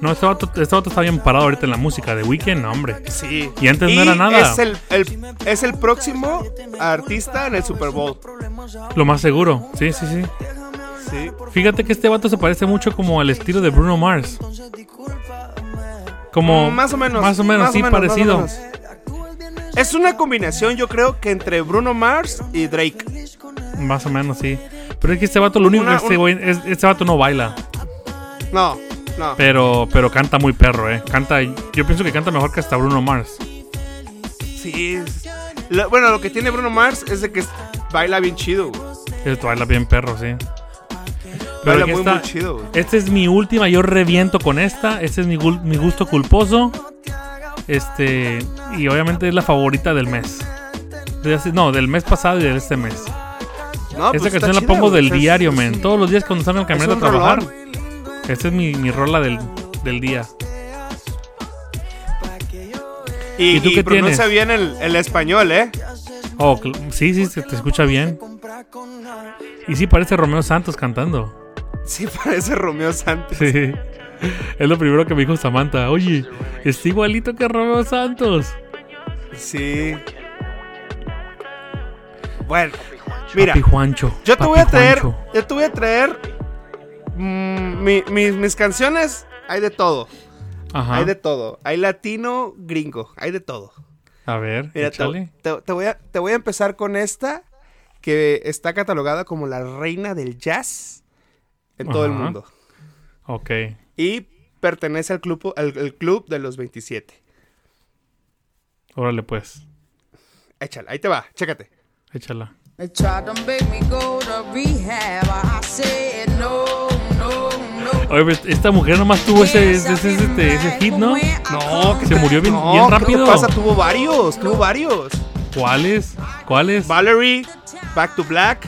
Speaker 4: No, este vato, este vato está bien parado ahorita en la música de Weekend, hombre.
Speaker 5: Sí.
Speaker 4: Y antes no era nada.
Speaker 5: Es el, el- es el próximo artista en el Super Bowl.
Speaker 4: Lo más seguro. Sí, sí, sí.
Speaker 5: Sí.
Speaker 4: Fíjate que este vato se parece mucho como al estilo de Bruno Mars. Como.
Speaker 5: Más o menos.
Speaker 4: Más o menos, sí,
Speaker 5: más o
Speaker 4: parecido.
Speaker 5: menos. Es una combinación, yo creo, que entre Bruno Mars y Drake.
Speaker 4: Más o menos, sí. Pero es que este vato, lo único
Speaker 5: Una-
Speaker 4: que este,
Speaker 5: un-
Speaker 4: güey- es- este vato no baila.
Speaker 5: No, no.
Speaker 4: Pero, pero canta muy perro, eh. Canta. Yo pienso que canta mejor que hasta Bruno Mars.
Speaker 5: Sí. es- lo- bueno, lo que tiene Bruno Mars es de que es- baila bien chido. güey.
Speaker 4: Esto baila bien perro, sí.
Speaker 5: Baila
Speaker 4: aquí
Speaker 5: muy,
Speaker 4: está-
Speaker 5: muy chido, güey.
Speaker 4: Esta es mi última, yo reviento con esta. Este es mi, gul- mi gusto culposo. Este. Y obviamente es la favorita del mes. De hace- no, del mes pasado y de este mes.
Speaker 5: No, pues
Speaker 4: esta
Speaker 5: está
Speaker 4: canción la
Speaker 5: chida,
Speaker 4: pongo
Speaker 5: güey.
Speaker 4: del
Speaker 5: O sea, es-
Speaker 4: diario,
Speaker 5: es-
Speaker 4: men. Todos los días cuando salgo en el camioneta a
Speaker 5: un
Speaker 4: trabajar.
Speaker 5: rolón.
Speaker 4: Esta es mi, mi rola del, del día.
Speaker 5: Y,
Speaker 4: ¿Y tú
Speaker 5: y
Speaker 4: qué
Speaker 5: pronuncia
Speaker 4: tienes?
Speaker 5: bien el, el español, ¿eh?
Speaker 4: Oh, cl- sí, sí, se te escucha bien. Y sí, parece Romeo Santos cantando.
Speaker 5: Sí, parece Romeo Santos.
Speaker 4: Sí. Es lo primero que me dijo Samantha. Oye, está igualito que Romeo Santos.
Speaker 5: Sí. Bueno, mira.
Speaker 4: Papi Juancho.
Speaker 5: Yo te
Speaker 4: papi
Speaker 5: voy a traer.
Speaker 4: Juancho.
Speaker 5: Yo te voy a traer. mm, mi- mis, mis canciones, hay de todo.
Speaker 4: Ajá.
Speaker 5: Hay de todo. Hay latino, gringo. Hay de todo.
Speaker 4: A ver,
Speaker 5: Mira, te,
Speaker 4: échale.
Speaker 5: te- te voy a, te voy a empezar con esta. Que está catalogada como la reina del jazz en todo el
Speaker 4: Ajá.
Speaker 5: mundo.
Speaker 4: Ok.
Speaker 5: Y pertenece al club, al, al club de los 27.
Speaker 4: Órale, pues.
Speaker 5: Échala, ahí te va, chécate.
Speaker 4: Échala.
Speaker 8: They tried to make me go to rehab. I said no, no, no.
Speaker 4: Oye, pero esta mujer nomás tuvo ese, ese, ese, este- ese hit, ¿no?
Speaker 8: No,
Speaker 4: Se murió bien,
Speaker 5: No,
Speaker 4: bien
Speaker 5: ¿qué te
Speaker 4: rápido.
Speaker 5: pasa? Tuvo varios, tuvo varios.
Speaker 4: ¿Cuáles? ¿Cuáles?
Speaker 5: Valerie, Back to Black.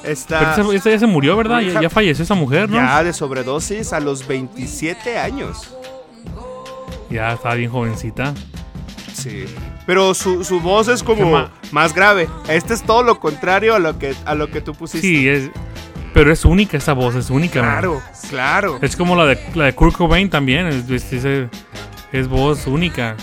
Speaker 4: Pero
Speaker 5: Está.
Speaker 4: esa, esa ya se murió, ¿verdad? Ya, ya falleció esa mujer, ¿no? Ya.
Speaker 5: Ya de sobredosis a los 27 años.
Speaker 4: estaba bien jovencita.
Speaker 5: Sí. Pero su, su voz es como
Speaker 4: Chama.
Speaker 5: más grave. Este es todo lo contrario a lo que, a lo que tú pusiste.
Speaker 4: Sí, es. Pero es única esa voz, es única, man.
Speaker 5: Claro, claro.
Speaker 4: Es como la de, la de Kurt Cobain también. Es, es- es- es voz única.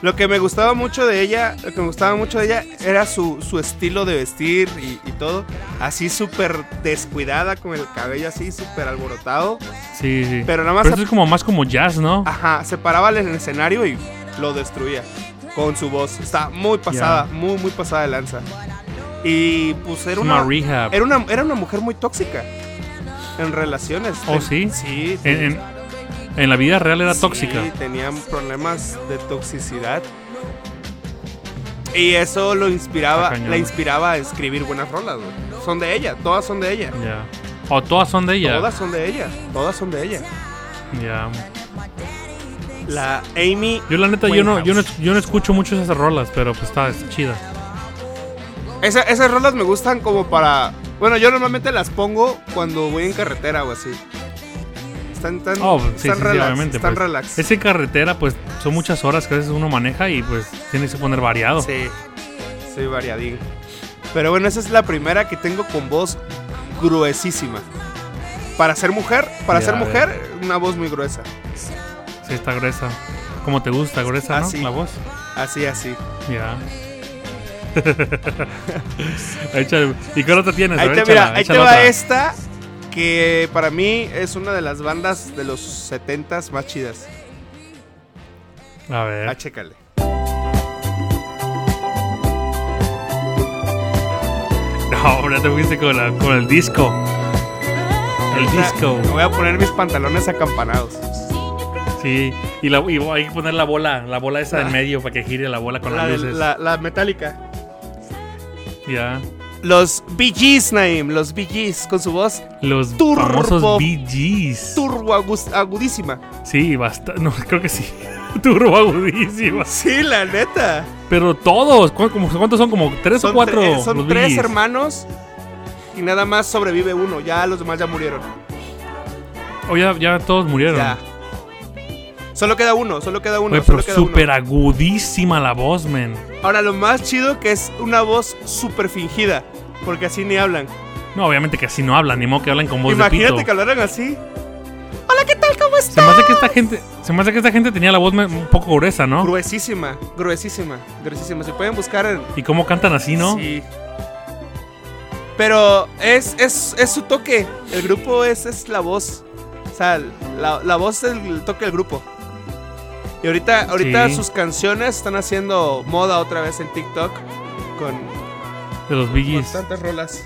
Speaker 5: Lo que me gustaba mucho de ella, lo que me gustaba mucho de ella era su, su estilo de vestir y, y todo. Así súper descuidada, con el cabello así súper alborotado.
Speaker 4: Sí, sí.
Speaker 5: Pero nada más Ah,
Speaker 4: Pero esto
Speaker 5: a-
Speaker 4: es como más como jazz, ¿no?
Speaker 5: Ajá, se paraba en el escenario y lo destruía con su voz. Está muy pasada,
Speaker 4: Ya.
Speaker 5: muy, muy pasada de lanza. Y pues era
Speaker 4: Es una
Speaker 5: una,
Speaker 4: rehab.
Speaker 5: era una, era una mujer muy tóxica en relaciones.
Speaker 4: Oh,
Speaker 5: Ten-
Speaker 4: sí.
Speaker 5: Sí. ten-
Speaker 4: En, en- en la vida real era
Speaker 5: sí,
Speaker 4: tóxica.
Speaker 5: Tenían problemas de toxicidad. Y eso lo inspiraba,
Speaker 4: Está cañón.
Speaker 5: la inspiraba a escribir buenas rolas, güey. Son de ella, todas son de ella.
Speaker 4: Ya. O todas son de ella.
Speaker 5: Todas son de ella, todas son de ella.
Speaker 4: Ya.
Speaker 5: La Amy.
Speaker 4: Yo la neta yo no, yo no
Speaker 5: Winehouse.
Speaker 4: yo no escucho mucho esas rolas, pero pues está, está chida.
Speaker 5: Esa- esas rolas me gustan como para. Bueno, yo normalmente las pongo cuando voy en carretera o así. Están tan.
Speaker 4: Oh, sí, sí,
Speaker 5: Mm, están
Speaker 4: sí,
Speaker 5: relax.
Speaker 4: obviamente,
Speaker 5: están
Speaker 4: pues.
Speaker 5: relax.
Speaker 4: Es en carretera, pues son muchas horas que a veces uno maneja y pues tienes que poner variado.
Speaker 5: Sí. Soy variadín. Pero bueno, esa es la primera que tengo con voz gruesísima. Para ser mujer, para
Speaker 4: Ya,
Speaker 5: ser
Speaker 4: a ver.
Speaker 5: mujer, una voz muy gruesa.
Speaker 4: Sí, está gruesa. Como te gusta, gruesa,
Speaker 5: Ah,
Speaker 4: ¿no?
Speaker 5: sí.
Speaker 4: La voz.
Speaker 5: Así, así.
Speaker 4: Ya. Échale. ¿Y qué otra tienes? A
Speaker 5: Ahí
Speaker 4: ver,
Speaker 5: te,
Speaker 4: échala,
Speaker 5: mira, ahí te
Speaker 4: échala
Speaker 5: va
Speaker 4: otra.
Speaker 5: esta, que para mí es una de las bandas de los 70s más chidas.
Speaker 4: A ver.
Speaker 5: Ah, chécale.
Speaker 4: No, ahora te fuiste con, la- con el disco. El disco.
Speaker 5: Me voy a poner mis pantalones acampanados.
Speaker 4: Sí. Y, la, y hay que poner la bola, la bola esa en medio para que gire la bola con
Speaker 5: Ah. La,
Speaker 4: las luces.
Speaker 5: la, la metálica.
Speaker 4: Ya.
Speaker 5: Los Bee Gees, Naim, los Bee Gees, con su voz
Speaker 4: Los
Speaker 5: Turbo.
Speaker 4: famosos Bee Gees.
Speaker 5: turbo agus- agudísima.
Speaker 4: Sí, basta. No, creo que sí. Turbo agudísima.
Speaker 5: Sí, la neta.
Speaker 4: Pero todos, ¿cu- como- ¿cuántos son? Como tres
Speaker 5: Son,
Speaker 4: o cuatro.
Speaker 5: tre- son
Speaker 4: los Bee
Speaker 5: tres
Speaker 4: Gees?
Speaker 5: hermanos y nada más sobrevive uno. Ya los demás ya murieron.
Speaker 4: Oh, ya, ya todos murieron.
Speaker 5: Ya. Solo queda uno, solo queda uno.
Speaker 4: Oye,
Speaker 5: solo
Speaker 4: pero
Speaker 5: queda uno.
Speaker 4: súper agudísima la voz, men.
Speaker 5: Ahora, lo más chido que es una voz súper fingida. Porque así ni hablan.
Speaker 4: No, obviamente que así no hablan, ni modo que hablan con voz de
Speaker 5: Imagínate
Speaker 4: pito.
Speaker 5: que hablaran así. Hola, ¿qué tal? ¿Cómo
Speaker 4: Se
Speaker 5: estás?
Speaker 4: me hace que esta gente, se me hace que esta gente tenía la voz me- un poco gruesa, ¿no?
Speaker 5: Gruesísima, gruesísima, gruesísima. Se pueden buscar en,
Speaker 4: Y cómo cantan así, ¿no?
Speaker 5: Sí. Pero es, es, es su toque. El grupo es, es la voz. O sea, la, la voz es el toque del grupo. Y ahorita, ahorita
Speaker 4: Sí.
Speaker 5: sus canciones están haciendo moda otra vez en TikTok. Con,
Speaker 4: De los Bee
Speaker 5: con
Speaker 4: Gees.
Speaker 5: tantas rolas.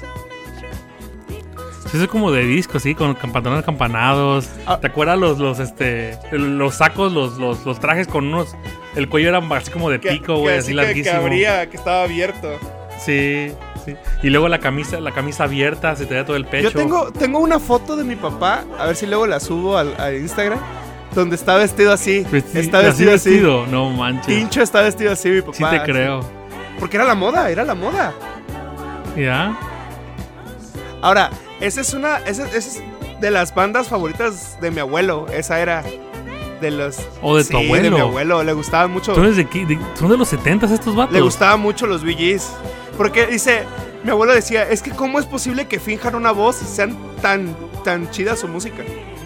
Speaker 4: Sí, eso es como de disco, sí, con campanones acampanados.
Speaker 5: Ah.
Speaker 4: ¿Te acuerdas los, los, este, el- los sacos, los, los, los trajes con unos, el cuello era así como de pico, güey, así larguísimo.
Speaker 5: que estaba abierto.
Speaker 4: Sí, sí. Y luego la camisa, la camisa abierta, se te da todo el pecho.
Speaker 5: Yo tengo, tengo una foto de mi papá. A ver si luego la subo al, a Instagram. Donde está vestido así.
Speaker 4: Vesti-
Speaker 5: está vestido
Speaker 4: Pues
Speaker 5: así.
Speaker 4: vestido. No manches.
Speaker 5: Tincho está vestido así, mi papá.
Speaker 4: Sí te
Speaker 5: así.
Speaker 4: creo.
Speaker 5: Porque era la moda, era la moda.
Speaker 4: ¿Ya?
Speaker 5: Ahora, esa es una. Esa, esa es de las bandas favoritas de mi abuelo. Esa era. De los.
Speaker 4: O de tu
Speaker 5: Sí, De
Speaker 4: abuelo.
Speaker 5: mi abuelo. Le gustaban mucho.
Speaker 4: ¿Tú eres de qué? De- ¿Son de los 70 estos vatos?
Speaker 5: Le gustaban mucho los Bee Gees. Porque dice. Mi abuelo decía, es que cómo es posible que finjan una voz y sean tan, tan chida su música.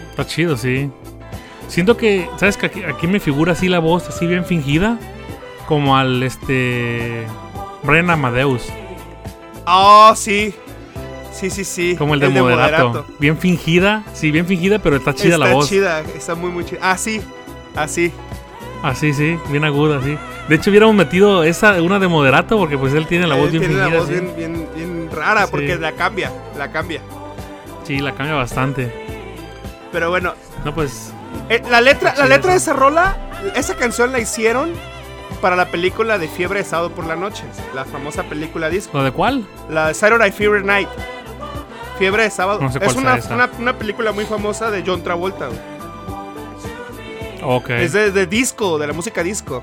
Speaker 4: Está chido, sí. Siento que, ¿sabes que aquí, aquí me figura así la voz, así bien fingida? Como al, este... Brian Amadeus.
Speaker 5: Oh, sí. Sí, sí, sí.
Speaker 4: Como el de, moderato. Bien fingida. Sí, bien fingida, pero está chida
Speaker 5: está
Speaker 4: la voz.
Speaker 5: chida, está muy, muy chida. Ah, sí. Así.
Speaker 4: Así, Ah, sí. Bien aguda, sí. De hecho, hubiéramos metido esa, una de moderato, porque pues él tiene la voz bien
Speaker 5: Eh, tiene
Speaker 4: fingida.
Speaker 5: la voz
Speaker 4: sí.
Speaker 5: bien, bien, bien rara
Speaker 4: Sí.
Speaker 5: porque la cambia, la cambia.
Speaker 4: sí, la cambia bastante.
Speaker 5: Pero bueno,
Speaker 4: No, pues...
Speaker 5: Eh, la letra, la
Speaker 4: Sí,
Speaker 5: letra de
Speaker 4: eso.
Speaker 5: esa rola, esa canción la hicieron para la película de Fiebre de Sábado por la Noche, la famosa película disco,
Speaker 4: ¿Lo de cuál?
Speaker 5: la de Saturday Fever Night. Fiebre de Sábado.
Speaker 4: No sé
Speaker 5: es
Speaker 4: cuál
Speaker 5: una,
Speaker 4: sea esa.
Speaker 5: una, una película muy famosa de John Travolta. güey.
Speaker 4: Ok.
Speaker 5: Es de, de disco, de la música disco.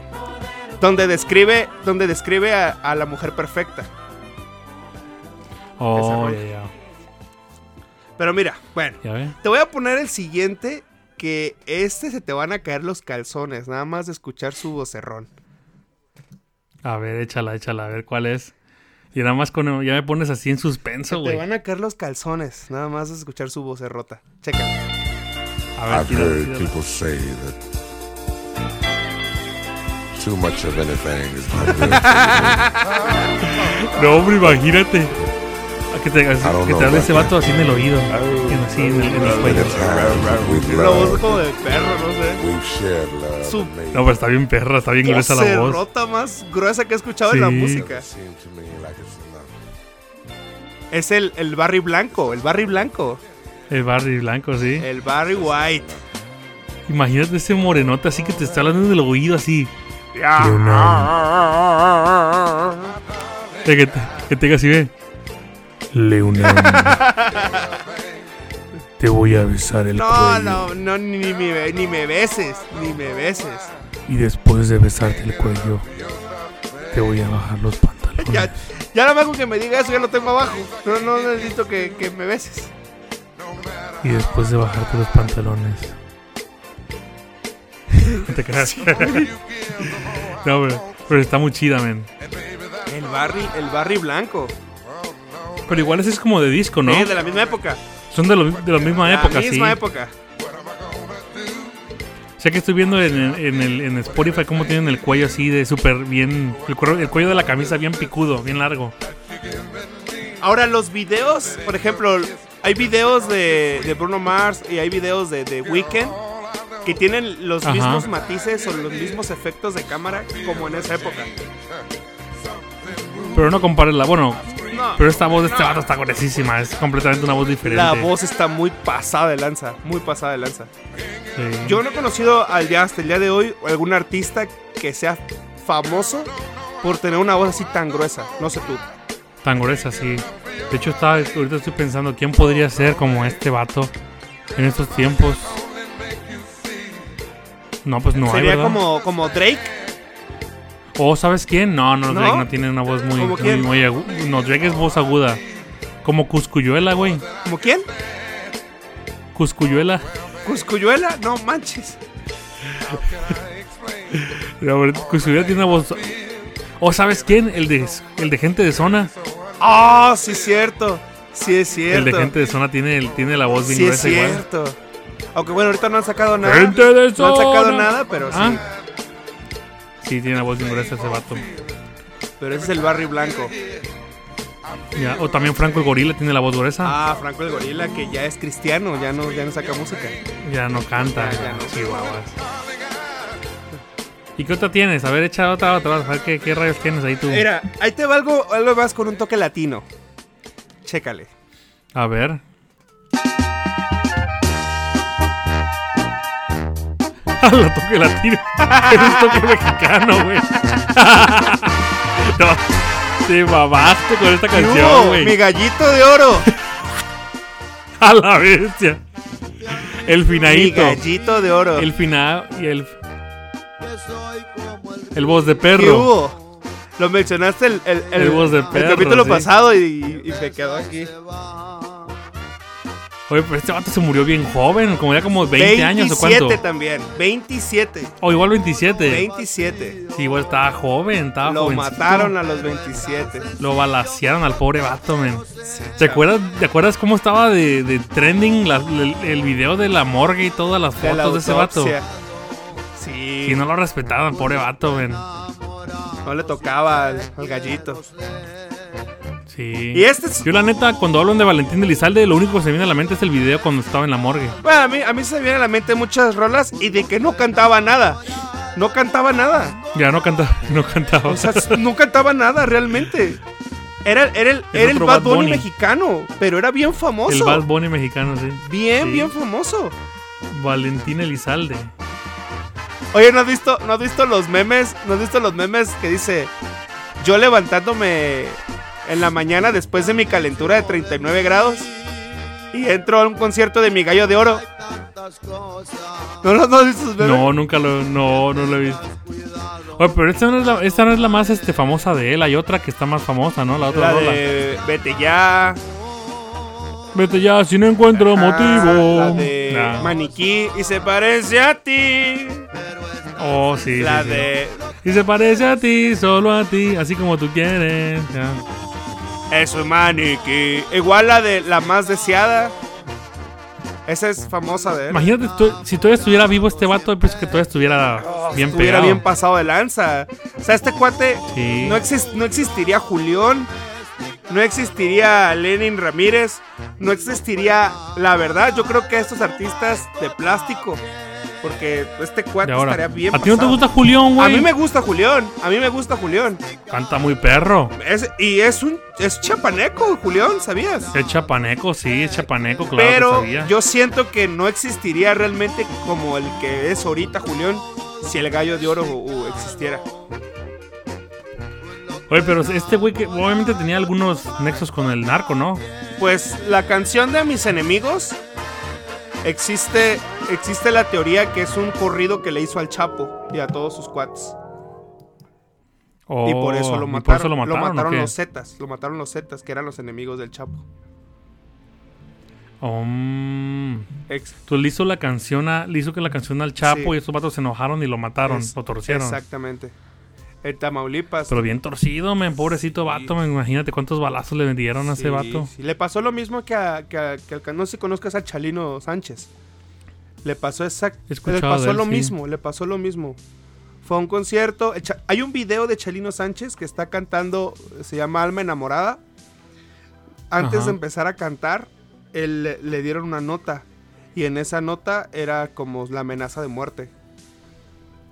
Speaker 5: Donde describe, donde describe a, a la mujer perfecta.
Speaker 4: Oh,
Speaker 5: Desarrollo.
Speaker 4: ya, ya.
Speaker 5: Pero mira, bueno.
Speaker 4: Ya ve.
Speaker 5: Te voy a poner el siguiente, que este se te van a caer los calzones, nada más de escuchar su vocerrón.
Speaker 4: A ver, échala, échala, a ver cuál es. Y nada más con ya me pones así en suspenso,
Speaker 5: Te
Speaker 4: güey.
Speaker 5: van a caer los calzones, nada más de escuchar su voz rota. Checa.
Speaker 4: A ver,
Speaker 9: I've
Speaker 4: tira-
Speaker 9: heard
Speaker 4: tírala.
Speaker 9: people say that too much of anything is not good.
Speaker 4: No, hombre, imagínate. A que te, así-
Speaker 9: I don't
Speaker 4: que
Speaker 9: know
Speaker 4: te hable
Speaker 9: about Ah,
Speaker 4: ese vato así en el oído.
Speaker 5: Ah,
Speaker 4: en- así en el, en el
Speaker 9: Many
Speaker 4: cuello.
Speaker 9: times we've
Speaker 5: Una voz como
Speaker 9: loved,
Speaker 5: de perro, no sé.
Speaker 9: we've shared love,
Speaker 5: Su-
Speaker 9: and made
Speaker 4: No, pero está bien perra, está bien gruesa la
Speaker 5: Voz
Speaker 4: voz.
Speaker 5: rota más gruesa que he escuchado en la
Speaker 4: Sí.
Speaker 9: it
Speaker 5: música.
Speaker 9: seem to me like it's enough.
Speaker 5: Es el, el Barry Blanco, el Barry Blanco,
Speaker 4: El Barry Blanco, sí.
Speaker 5: el Barry White.
Speaker 4: Imagínate ese morenote así que te está hablando en el oído así. Eh, Que te, que te diga así, ve.
Speaker 10: Te voy a besar el
Speaker 5: No,
Speaker 10: cuello.
Speaker 5: no, no, ni, ni me, be- ni me beses, ni me beses.
Speaker 10: Y después de besarte el cuello, te voy a bajar los pantalones.
Speaker 5: Ya, ya nada más con que me diga eso, ya lo tengo abajo. No, no necesito que, que me beses.
Speaker 10: Y después de bajarte los pantalones,
Speaker 4: No te creas. no, pero, pero está muy chida, men.
Speaker 5: El Barry, el Barry Blanco.
Speaker 4: Pero igual ese es como de disco, ¿no?
Speaker 5: Sí, de la misma época.
Speaker 4: Son de, lo- de la misma
Speaker 5: La
Speaker 4: época,
Speaker 5: misma
Speaker 4: sí.
Speaker 5: época.
Speaker 4: O sea que estoy viendo en, el- en el- en Spotify cómo tienen el cuello así de súper bien. El, cuero- el cuello de la camisa bien picudo, bien largo.
Speaker 5: Ahora, los videos, por ejemplo, hay videos de, de Bruno Mars y hay videos de, de Weeknd que tienen los
Speaker 4: Ajá.
Speaker 5: mismos matices o los mismos efectos de cámara como en esa época.
Speaker 4: Pero no compares la. Bueno,
Speaker 5: No,
Speaker 4: pero esta voz de este vato está gruesísima. Es completamente una voz diferente.
Speaker 5: la voz está muy pasada de lanza, muy pasada de lanza.
Speaker 4: Sí.
Speaker 5: Yo no he conocido al día, hasta el día de hoy algún artista que sea famoso por tener una voz así tan gruesa. No sé tú.
Speaker 4: Tan gruesa, sí. De hecho, estaba, ahorita estoy pensando quién podría ser como este vato en estos tiempos. No, pues no hay,
Speaker 5: Sería
Speaker 4: ¿verdad?
Speaker 5: como, como Drake.
Speaker 4: ¿O sabes quién? No, no,
Speaker 5: ¿No?
Speaker 4: Drake no tiene una voz muy,
Speaker 5: ¿Como
Speaker 4: muy,
Speaker 5: quién?
Speaker 4: muy aguda. No, Drake es voz aguda. Como Cuscuyuela, güey.
Speaker 5: ¿Como quién?
Speaker 4: Cuscuyuela.
Speaker 5: Cuscuyuela. No manches.
Speaker 4: A ver, Cuscuyuela tiene una voz. ¿O sabes quién? El de, el de gente de zona.
Speaker 5: Ah, sí es cierto. Sí es
Speaker 4: El
Speaker 5: cierto.
Speaker 4: de gente de zona tiene, el- tiene la voz bien
Speaker 5: sí es
Speaker 4: gruesa igual.
Speaker 5: cierto. Aunque bueno, ahorita no han sacado nada.
Speaker 4: Gente de
Speaker 5: no han sacado
Speaker 4: zona.
Speaker 5: nada, pero sí.
Speaker 4: Ah. Sí, tiene la voz bien gruesa ese vato.
Speaker 5: Pero ese es el Barry Blanco.
Speaker 4: Ya, O también Franco el Gorila tiene la voz gruesa.
Speaker 5: Ah, Franco el Gorila, que ya es cristiano, ya no, ya no saca música.
Speaker 4: Ya no canta.
Speaker 5: Ya, ya no.
Speaker 4: Chihuahuas. ¿Y qué otra tienes? A ver, echa otra, otra. A ver qué, qué rayos tienes ahí tú.
Speaker 5: Mira, ahí te va algo, algo más con un toque latino. Chécale.
Speaker 4: A ver. Ah, la toque latino. es un toque mexicano, güey. No, te mamaste con esta
Speaker 5: ¡Qué
Speaker 4: canción,
Speaker 5: hubo, Mi
Speaker 4: güey.
Speaker 5: gallito de oro.
Speaker 4: A la bestia. El
Speaker 5: mi
Speaker 4: finadito.
Speaker 5: gallito de oro.
Speaker 4: El final y el. El voz de
Speaker 5: ¿Qué
Speaker 4: perro.
Speaker 5: hubo? Lo mencionaste el, el,
Speaker 4: El voz de perro,
Speaker 5: capítulo
Speaker 4: sí.
Speaker 5: pasado y, y me quedó aquí.
Speaker 4: Oye, pero este vato se murió bien joven, como ya como 20 años o
Speaker 5: 27
Speaker 4: cuánto.
Speaker 5: también. 27.
Speaker 4: O igual 27.
Speaker 5: 27.
Speaker 4: Sí, igual estaba joven, estaba
Speaker 5: Lo
Speaker 4: jovencito.
Speaker 5: mataron a los 27.
Speaker 4: Lo balacearon al pobre vato, men. ¿Te acuerdas, ¿Te acuerdas cómo estaba de, de trending la- el, el video de la morgue y todas las
Speaker 5: De
Speaker 4: fotos
Speaker 5: la
Speaker 4: de ese vato?
Speaker 5: autopsia. Sí.
Speaker 4: Y no lo respetaban, pobre vato, men.
Speaker 5: No le tocaba al, al gallito.
Speaker 4: Sí.
Speaker 5: Y este es-
Speaker 4: Yo, la neta, cuando hablan de Valentín de Lizalde, lo único que se viene a la mente es el video cuando estaba en la morgue.
Speaker 5: Bueno, a mí, a mí se me vienen a la mente muchas rolas y de que no cantaba nada. No cantaba nada.
Speaker 4: Ya no cantaba. No cantaba.
Speaker 5: O sea, no cantaba nada realmente. Era, era el,
Speaker 4: El
Speaker 5: era el
Speaker 4: otro
Speaker 5: Bad
Speaker 4: Bad
Speaker 5: Bunny,
Speaker 4: Bunny.
Speaker 5: mexicano, pero era bien famoso.
Speaker 4: el Bad Bunny mexicano, sí.
Speaker 5: Bien,
Speaker 4: Sí.
Speaker 5: bien famoso.
Speaker 4: Valentín Elizalde.
Speaker 5: Oye, ¿no has visto, no has visto los memes? ¿No has visto los memes que dice yo levantándome en la mañana después de mi calentura de 39 grados y entro a un concierto de mi gallo de oro? ¿No los no has visto esos memes?
Speaker 4: No, nunca lo, no, no lo he visto. Oye, pero esta no es la, esta no es la más este, famosa de él. Hay otra que está más famosa, ¿no? La otra
Speaker 5: La
Speaker 4: rola.
Speaker 5: de Vete ya.
Speaker 4: Vete ya, si no encuentro motivo.
Speaker 5: Ah, La de
Speaker 4: Nah.
Speaker 5: Maniquí y se parece a ti.
Speaker 4: Oh, sí.
Speaker 5: la
Speaker 4: sí, sí.
Speaker 5: de
Speaker 4: Y se parece a ti, solo a ti, así como tú quieres. ya.
Speaker 5: Es un maniquí. Igual la de la más deseada. Esa es famosa de él.
Speaker 4: Imagínate, tú- si todavía estuviera vivo este vato, pues que todavía estuviera bien
Speaker 5: Oh, Estuviera
Speaker 4: pegado.
Speaker 5: bien pasado de lanza. O sea, este cuate
Speaker 4: Sí.
Speaker 5: no, exis- no existiría Julián. No existiría Lenin Ramírez. No existiría. La verdad, yo creo que estos artistas de plástico. Porque este
Speaker 4: Y
Speaker 5: cuate
Speaker 4: ahora,
Speaker 5: estaría bien
Speaker 4: ¿A ti no te
Speaker 5: pasado.
Speaker 4: gusta Julián,
Speaker 5: A
Speaker 4: güey?
Speaker 5: mí me gusta Julián. A mí me gusta Julián.
Speaker 4: Canta muy perro.
Speaker 5: Es- y es un es chapaneco, Julián, ¿sabías?
Speaker 4: Es chapaneco, sí, es chapaneco, claro que
Speaker 5: Pero
Speaker 4: sabía.
Speaker 5: yo siento que no existiría realmente como el que es ahorita Julián si el gallo de oro uh, existiera.
Speaker 4: Oye, pero este güey que obviamente tenía algunos nexos con el narco, ¿no?
Speaker 5: Pues la canción de Mis Enemigos existe, existe la teoría que es un corrido que le hizo al Chapo y a todos sus cuates. y por eso lo
Speaker 4: Oh, ¿y
Speaker 5: mataron.
Speaker 4: por eso lo
Speaker 5: lo
Speaker 4: mataron, ¿o
Speaker 5: mataron
Speaker 4: qué?
Speaker 5: los Zetas. Lo mataron los Zetas, que eran los enemigos del Chapo.
Speaker 4: Oh, mm.
Speaker 5: Ex-
Speaker 4: Entonces le hizo la canción a- le hizo que la canción al Chapo
Speaker 5: Sí.
Speaker 4: y esos vatos se enojaron y lo mataron,
Speaker 5: Es-
Speaker 4: lo torcieron.
Speaker 5: Exactamente. En Tamaulipas.
Speaker 4: Pero bien torcido, men, pobrecito
Speaker 5: Sí.
Speaker 4: vato, men, imagínate cuántos balazos le vendieron a
Speaker 5: Sí,
Speaker 4: ese vato.
Speaker 5: sí. Le pasó lo mismo que, a- que a- que al que no se conozcas a Chalino Sánchez. Le pasó exact-
Speaker 4: He escuchado
Speaker 5: Le pasó
Speaker 4: de él,
Speaker 5: lo
Speaker 4: sí.
Speaker 5: mismo, le pasó lo mismo. Fue a un concierto. el Cha- Hay un video de Chalino Sánchez que está cantando, se llama Alma Enamorada. Antes
Speaker 4: Ajá.
Speaker 5: de empezar a cantar, él le- le dieron una nota. Y en esa nota era como la amenaza de muerte.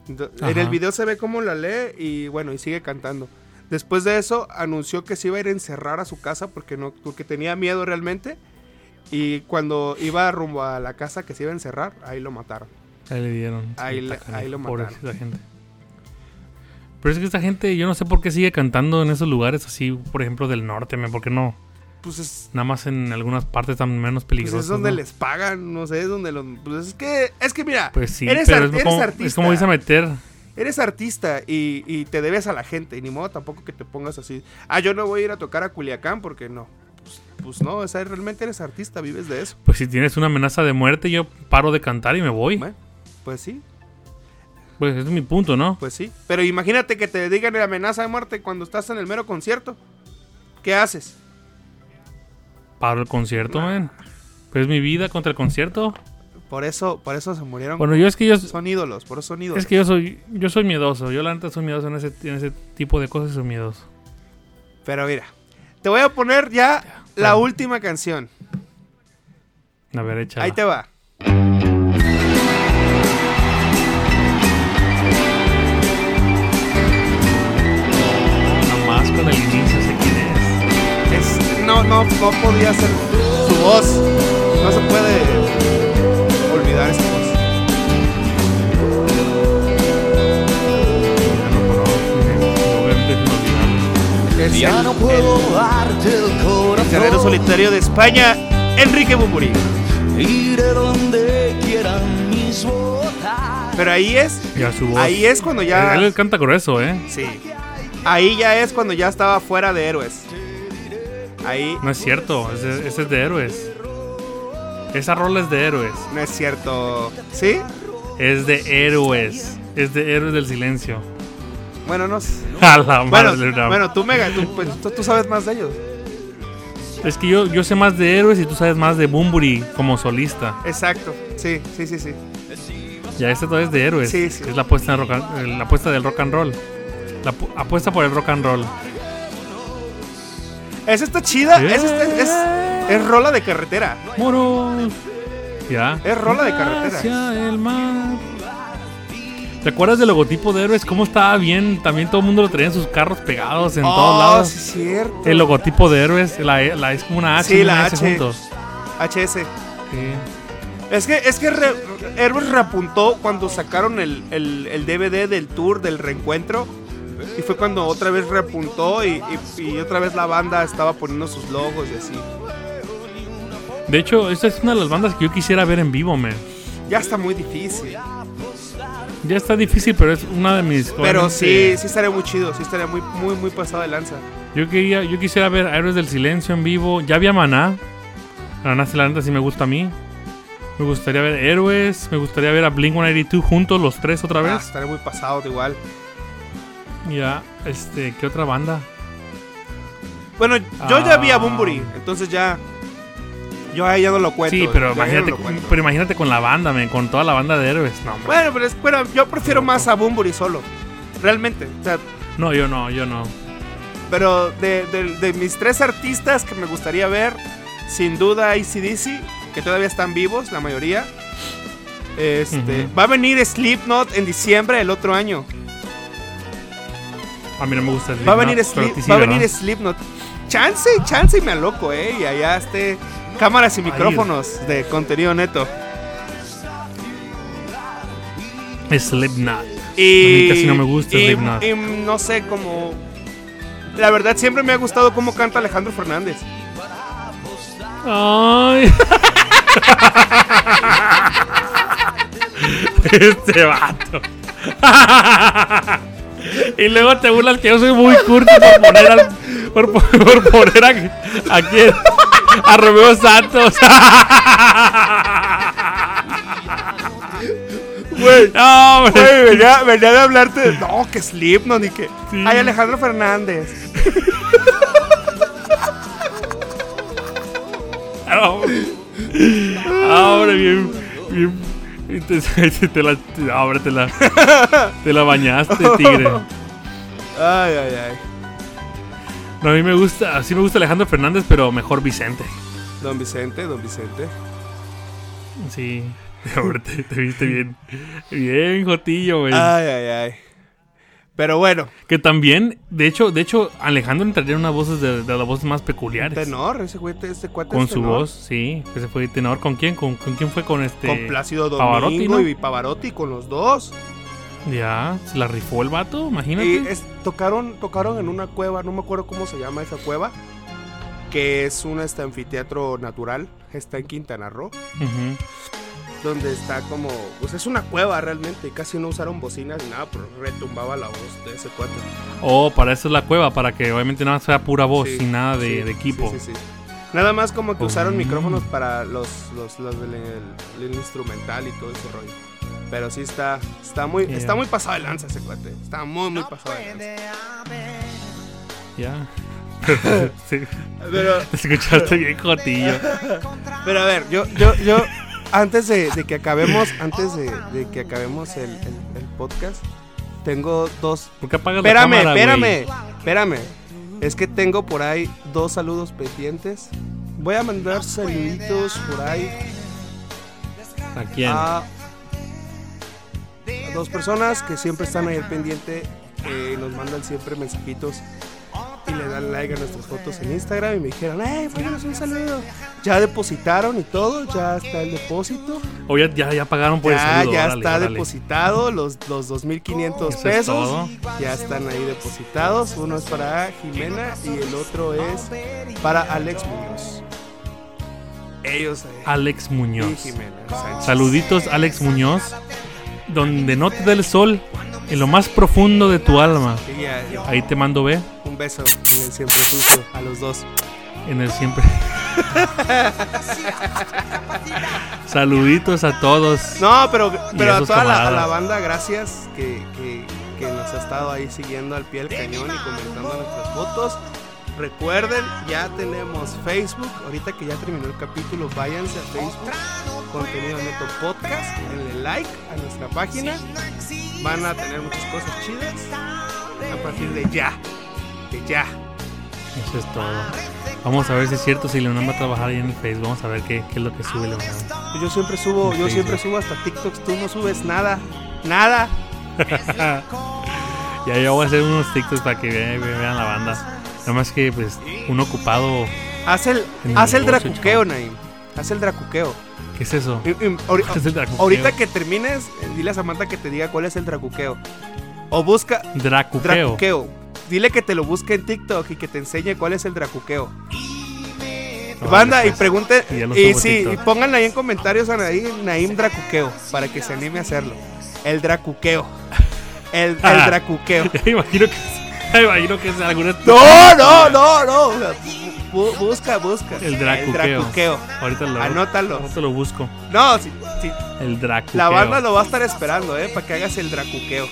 Speaker 5: Ento- En
Speaker 4: Ajá.
Speaker 5: el video se ve cómo la lee y bueno, y sigue cantando. Después de eso anunció que se iba a ir a encerrar a su casa porque no porque tenía miedo realmente y cuando iba rumbo a la casa que se iba a encerrar, ahí lo mataron.
Speaker 4: Ahí le dieron.
Speaker 5: Ahí le-
Speaker 4: está
Speaker 5: ahí lo
Speaker 4: canijo, pobrecita
Speaker 5: mataron.
Speaker 4: gente. Pero es que esta gente, yo no sé por qué sigue cantando en esos lugares así, por ejemplo, del norte, men, porque no,
Speaker 5: Pues es,
Speaker 4: nada más en algunas partes tan menos
Speaker 5: pues
Speaker 4: peligrosas.
Speaker 5: es donde
Speaker 4: ¿no?
Speaker 5: les pagan, no sé, es donde los pues es que es que mira,
Speaker 4: Pues sí,
Speaker 5: eres,
Speaker 4: pero
Speaker 5: ar-
Speaker 4: es,
Speaker 5: eres
Speaker 4: como,
Speaker 5: artista.
Speaker 4: es como dice meter.
Speaker 5: Eres artista y, y te debes a la gente, y ni modo tampoco que te pongas así. Ah, yo no voy a ir a tocar a Culiacán porque no. Pues, pues no, o sea, realmente eres artista, vives de eso.
Speaker 4: Pues si tienes una amenaza de muerte, yo paro de cantar y me voy.
Speaker 5: Bueno, pues sí,
Speaker 4: Pues ese es mi punto, ¿no?
Speaker 5: pues sí. Pero imagínate que te digan la amenaza de muerte cuando estás en el mero concierto. ¿Qué haces?
Speaker 4: Paro el concierto, men. Pues es mi vida contra el concierto.
Speaker 5: Por eso, por eso se murieron.
Speaker 4: Bueno, yo es que yo,
Speaker 5: son ídolos, por eso son ídolos.
Speaker 4: es que yo soy yo soy miedoso. Yo la neta soy miedoso en ese, en ese tipo de cosas, soy miedoso.
Speaker 5: Pero mira, te voy a poner ya la última canción.
Speaker 4: A ver, échala.
Speaker 5: Ahí te va.
Speaker 4: Nomás con el inicio, sé quién es.
Speaker 5: Es- no, no, no podía ser su voz. No se puede olvidar esa voz.
Speaker 4: Ya no conozco, men. Obviamente es inolvidable.
Speaker 5: Es
Speaker 6: Ya
Speaker 4: Ah,
Speaker 5: el-
Speaker 6: no puedo darte el
Speaker 5: el guerrero
Speaker 6: corazón.
Speaker 5: solitario de España, Enrique Bumburi.
Speaker 6: Iré donde quieran mis botas.
Speaker 5: Pero ahí es,
Speaker 4: Ya su voz.
Speaker 5: ahí es cuando ya,
Speaker 4: Él, él canta grueso, ¿eh?
Speaker 5: sí. Ahí ya es cuando ya estaba fuera de héroes. Ahí
Speaker 4: No es cierto. Ese, ese es de héroes. Esa rola es de héroes.
Speaker 5: no es cierto, ¿sí?
Speaker 4: Es de héroes. Es de héroes del silencio.
Speaker 5: Bueno, no. s-
Speaker 4: A la
Speaker 5: Bueno,
Speaker 4: madre, Abraham.
Speaker 5: bueno, tú mega, tú, pues, tú- tú sabes más de ellos.
Speaker 4: Es que yo, yo sé más de héroes y tú sabes más de Bumburi como solista.
Speaker 5: Exacto, sí, sí, sí, sí.
Speaker 4: Ya esta todavía es de héroes.
Speaker 5: Sí, sí.
Speaker 4: que Es la apuesta, en rock and- eh, la apuesta del rock and roll. La pu- apuesta por el rock and roll.
Speaker 5: Esa está chida,
Speaker 4: Yeah.
Speaker 5: esa está- es, es rola de carretera.
Speaker 4: Moro. Ya.
Speaker 5: Es rola de carretera.
Speaker 4: Hacia el mar. ¿Te acuerdas del logotipo de héroes? ¿Cómo estaba bien? También todo el mundo lo traía en sus carros pegados en todos lados.
Speaker 5: Oh, sí, cierto.
Speaker 4: El logotipo de héroes, la, E- la- es como una H
Speaker 5: Sí,
Speaker 4: y una
Speaker 5: la
Speaker 4: S
Speaker 5: H.
Speaker 4: juntos.
Speaker 5: HS.
Speaker 4: Sí.
Speaker 5: Es que, es que re- Héroes reapuntó cuando sacaron el, el- el DVD del tour, del reencuentro. Y fue cuando otra vez reapuntó y, y- y otra vez la banda estaba poniendo sus logos y así.
Speaker 4: De hecho, esta es una de las bandas que yo quisiera ver en vivo, man.
Speaker 5: Ya está muy difícil.
Speaker 4: Ya está difícil, pero es una de mis.
Speaker 5: Pero sí,
Speaker 4: obviamente,
Speaker 5: sí estaría muy chido, sí estaría muy, muy, muy pasado de lanza.
Speaker 4: Yo, quería, yo quisiera ver a Héroes del Silencio en vivo. Ya había Maná. Maná, sí, la neta, sí me gusta a mí. Me gustaría ver Héroes. Me gustaría ver a Blink 182 juntos, los tres otra
Speaker 5: Ah,
Speaker 4: vez.
Speaker 5: estaría muy pasado de igual. Ah.
Speaker 4: Ya, este, ¿qué otra banda?
Speaker 5: Bueno, yo ya vi a
Speaker 4: Ah.
Speaker 5: Bumburi, entonces ya. Yo ahí ya no lo cuento.
Speaker 4: sí, pero
Speaker 5: yo ya no
Speaker 4: imagínate,
Speaker 5: lo cuento.
Speaker 4: pero imagínate con la banda, man, con toda la banda de Héroes. No, man.
Speaker 5: Bueno, pero es- bueno, yo prefiero más a Bumburi solo. Realmente. O sea,
Speaker 4: no, yo no, yo no.
Speaker 5: pero de, de- de mis tres artistas que me gustaría ver, sin duda ACDC, que todavía están vivos, la mayoría. Este,
Speaker 4: Ujú.
Speaker 5: Va a venir Slipknot en diciembre del otro año.
Speaker 4: A mí no me gusta
Speaker 5: Va a
Speaker 4: Slipknot,
Speaker 5: venir,
Speaker 4: pero
Speaker 5: Slip-
Speaker 4: a ti sí,
Speaker 5: va a
Speaker 4: ¿verdad?
Speaker 5: venir Slipknot. Chance, chance y me aloco, eh. Y allá esté cámaras y micrófonos de contenido neto.
Speaker 4: Slipknot.
Speaker 5: Y,
Speaker 4: A mí casi no me gusta
Speaker 5: y-
Speaker 4: Slipknot.
Speaker 5: y no sé, como... La verdad, siempre me ha gustado cómo canta Alejandro Fernández.
Speaker 4: Ay. este vato. y luego te burlas que yo soy muy curto por poner al, por, po- por poner a, a quién? A Romeo Santos.
Speaker 5: Güey,
Speaker 4: No, hombre.
Speaker 5: güey, venía, venía de hablarte de, no, que Slipknot y que... Ay, Alejandro Fernández.
Speaker 4: Ahora bien, bien. y Te, te la, te- ahora te la, te la bañaste, tigre.
Speaker 5: Ay, ay, ay.
Speaker 4: No, a mí me gusta, sí me gusta Alejandro Fernández, pero mejor Vicente.
Speaker 5: Don Vicente, don Vicente.
Speaker 4: Sí, ahora te, te viste bien. Bien, Jotillo, güey.
Speaker 5: Ay, ay, ay. Pero bueno,
Speaker 4: Que también, de hecho, de hecho, Alejandro entraría en unas voces de, de las voces más peculiares.
Speaker 5: tenor, ese güey, este cuate es
Speaker 4: Con su
Speaker 5: tenor.
Speaker 4: voz, sí. Que se fue tenor. ¿Con quién? ¿Con, con quién fue? Con este.
Speaker 5: Con Plácido Domingo
Speaker 4: Pavarotti, ¿no?
Speaker 5: y Pavarotti, con los dos.
Speaker 4: Ya, se la rifó el vato, imagínate.
Speaker 5: Y es- tocaron, tocaron en una cueva, no me acuerdo cómo se llama esa cueva, que es un este, anfiteatro natural, está en Quintana Roo,
Speaker 4: Ujú.
Speaker 5: donde está como, pues es una cueva realmente, y casi no usaron bocinas ni nada, pero retumbaba la voz de ese cuate.
Speaker 4: Oh, para eso es la cueva, para que obviamente nada más sea pura voz,
Speaker 5: Sí,
Speaker 4: sin nada de,
Speaker 5: sí,
Speaker 4: de equipo.
Speaker 5: sí, sí, sí. Nada más como que usaron
Speaker 4: Mm.
Speaker 5: micrófonos para los, los, los del el- el instrumental y todo ese rollo. Pero sí está, está muy,
Speaker 4: Yeah.
Speaker 5: está muy pasado de lanza ese cuate. Está muy, muy pasado de lanza.
Speaker 4: Ya. Sí,
Speaker 5: Pero
Speaker 4: te escuchaste bien, Jotillo.
Speaker 5: Pero a ver, yo, yo, yo, antes de, de que acabemos, antes de, de que acabemos el, el- el podcast, tengo dos.
Speaker 4: ¿Por qué apagas
Speaker 5: Espérame,
Speaker 4: la cámara,
Speaker 5: espérame,
Speaker 4: güey?
Speaker 5: espérame. Es que tengo por ahí dos saludos pendientes. Voy a mandar saluditos por ahí
Speaker 4: ¿A quién?
Speaker 5: a, a dos personas que siempre están ahí al pendiente eh, nos mandan siempre mensajitos y le dan like a nuestras fotos en Instagram y me dijeron, ¡Ey, mándanos un saludo! Ya depositaron y todo, ya está el depósito.
Speaker 4: O ya, ya, ya pagaron por el
Speaker 5: ya
Speaker 4: saludo.
Speaker 5: ya
Speaker 4: Pues órale,
Speaker 5: está
Speaker 4: órale.
Speaker 5: depositado los, los 2.500
Speaker 4: Eso es
Speaker 5: pesos.
Speaker 4: todo.
Speaker 5: ya están ahí depositados. Uno es para Jimena y el otro es para Alex Muñoz. Ellos eh,
Speaker 4: Alex
Speaker 5: y
Speaker 4: Ah, Muñoz.
Speaker 5: Jimena Sánchez.
Speaker 4: Saluditos, Alex Muñoz. Donde no te da el sol, en lo más profundo de tu alma.
Speaker 5: Y ya,
Speaker 4: Ahí te mando B,
Speaker 5: Un beso en el siempre sucio a los dos.
Speaker 4: en el siempre. Saluditos a todos.
Speaker 5: No, pero, pero a
Speaker 4: esos
Speaker 5: toda la, a
Speaker 4: camaradas.
Speaker 5: la banda, gracias que, que- que nos ha estado ahí siguiendo al pie del cañón y comentando nuestras fotos. Recuerden, ya tenemos Facebook. Ahorita que ya terminó el capítulo, váyanse a Facebook, contenido neto podcast, denle like a nuestra página. Van a tener muchas cosas chidas a partir de ya. De ya.
Speaker 4: Eso es todo. Vamos a ver si es cierto si Leonardo va a trabajar ahí en el Facebook. Vamos a ver qué, qué es lo que sube Leonardo.
Speaker 5: Yo siempre subo, yo
Speaker 4: Sí,
Speaker 5: siempre
Speaker 4: sí.
Speaker 5: subo hasta TikToks. Tú no subes nada, nada.
Speaker 4: Ya yo voy a hacer unos TikToks para que vean, vean la banda. Nada más que pues un ocupado.
Speaker 5: Haz el,
Speaker 4: En
Speaker 5: haz el
Speaker 4: el negocio,
Speaker 5: dracuqueo,
Speaker 4: chavo.
Speaker 5: Naim. Haz el dracuqueo.
Speaker 4: ¿Qué es eso?
Speaker 5: Y- y ahori-
Speaker 4: ¿Cuál es el dracuqueo?
Speaker 5: ahorita que termines, eh, dile a Samantha que te diga cuál es el dracuqueo. O busca
Speaker 4: Dracuqueo.
Speaker 5: dracuqueo. Dile que te lo busque en TikTok y que te enseñe cuál es el dracuqueo.
Speaker 4: No,
Speaker 5: Banda, y
Speaker 4: pues,
Speaker 5: pregunte.
Speaker 4: y ya lo
Speaker 5: Y
Speaker 4: subo a
Speaker 5: sí,
Speaker 4: TikTok.
Speaker 5: y pongan ahí en comentarios a Naim, Naim Dracuqueo para que se anime a hacerlo. El dracuqueo. El, el
Speaker 4: Ah.
Speaker 5: dracuqueo.
Speaker 4: Ya imagino que es, ya imagino que es alguna.
Speaker 5: No, no, no, no. O sea, bu- busca, busca.
Speaker 4: El dracuqueo. Ahorita lo,
Speaker 5: Anótalo.
Speaker 4: ahorita lo busco.
Speaker 5: No, sí, sí,
Speaker 4: El dracuqueo.
Speaker 5: La banda lo va a estar esperando, ¿eh? Para que hagas el dracuqueo.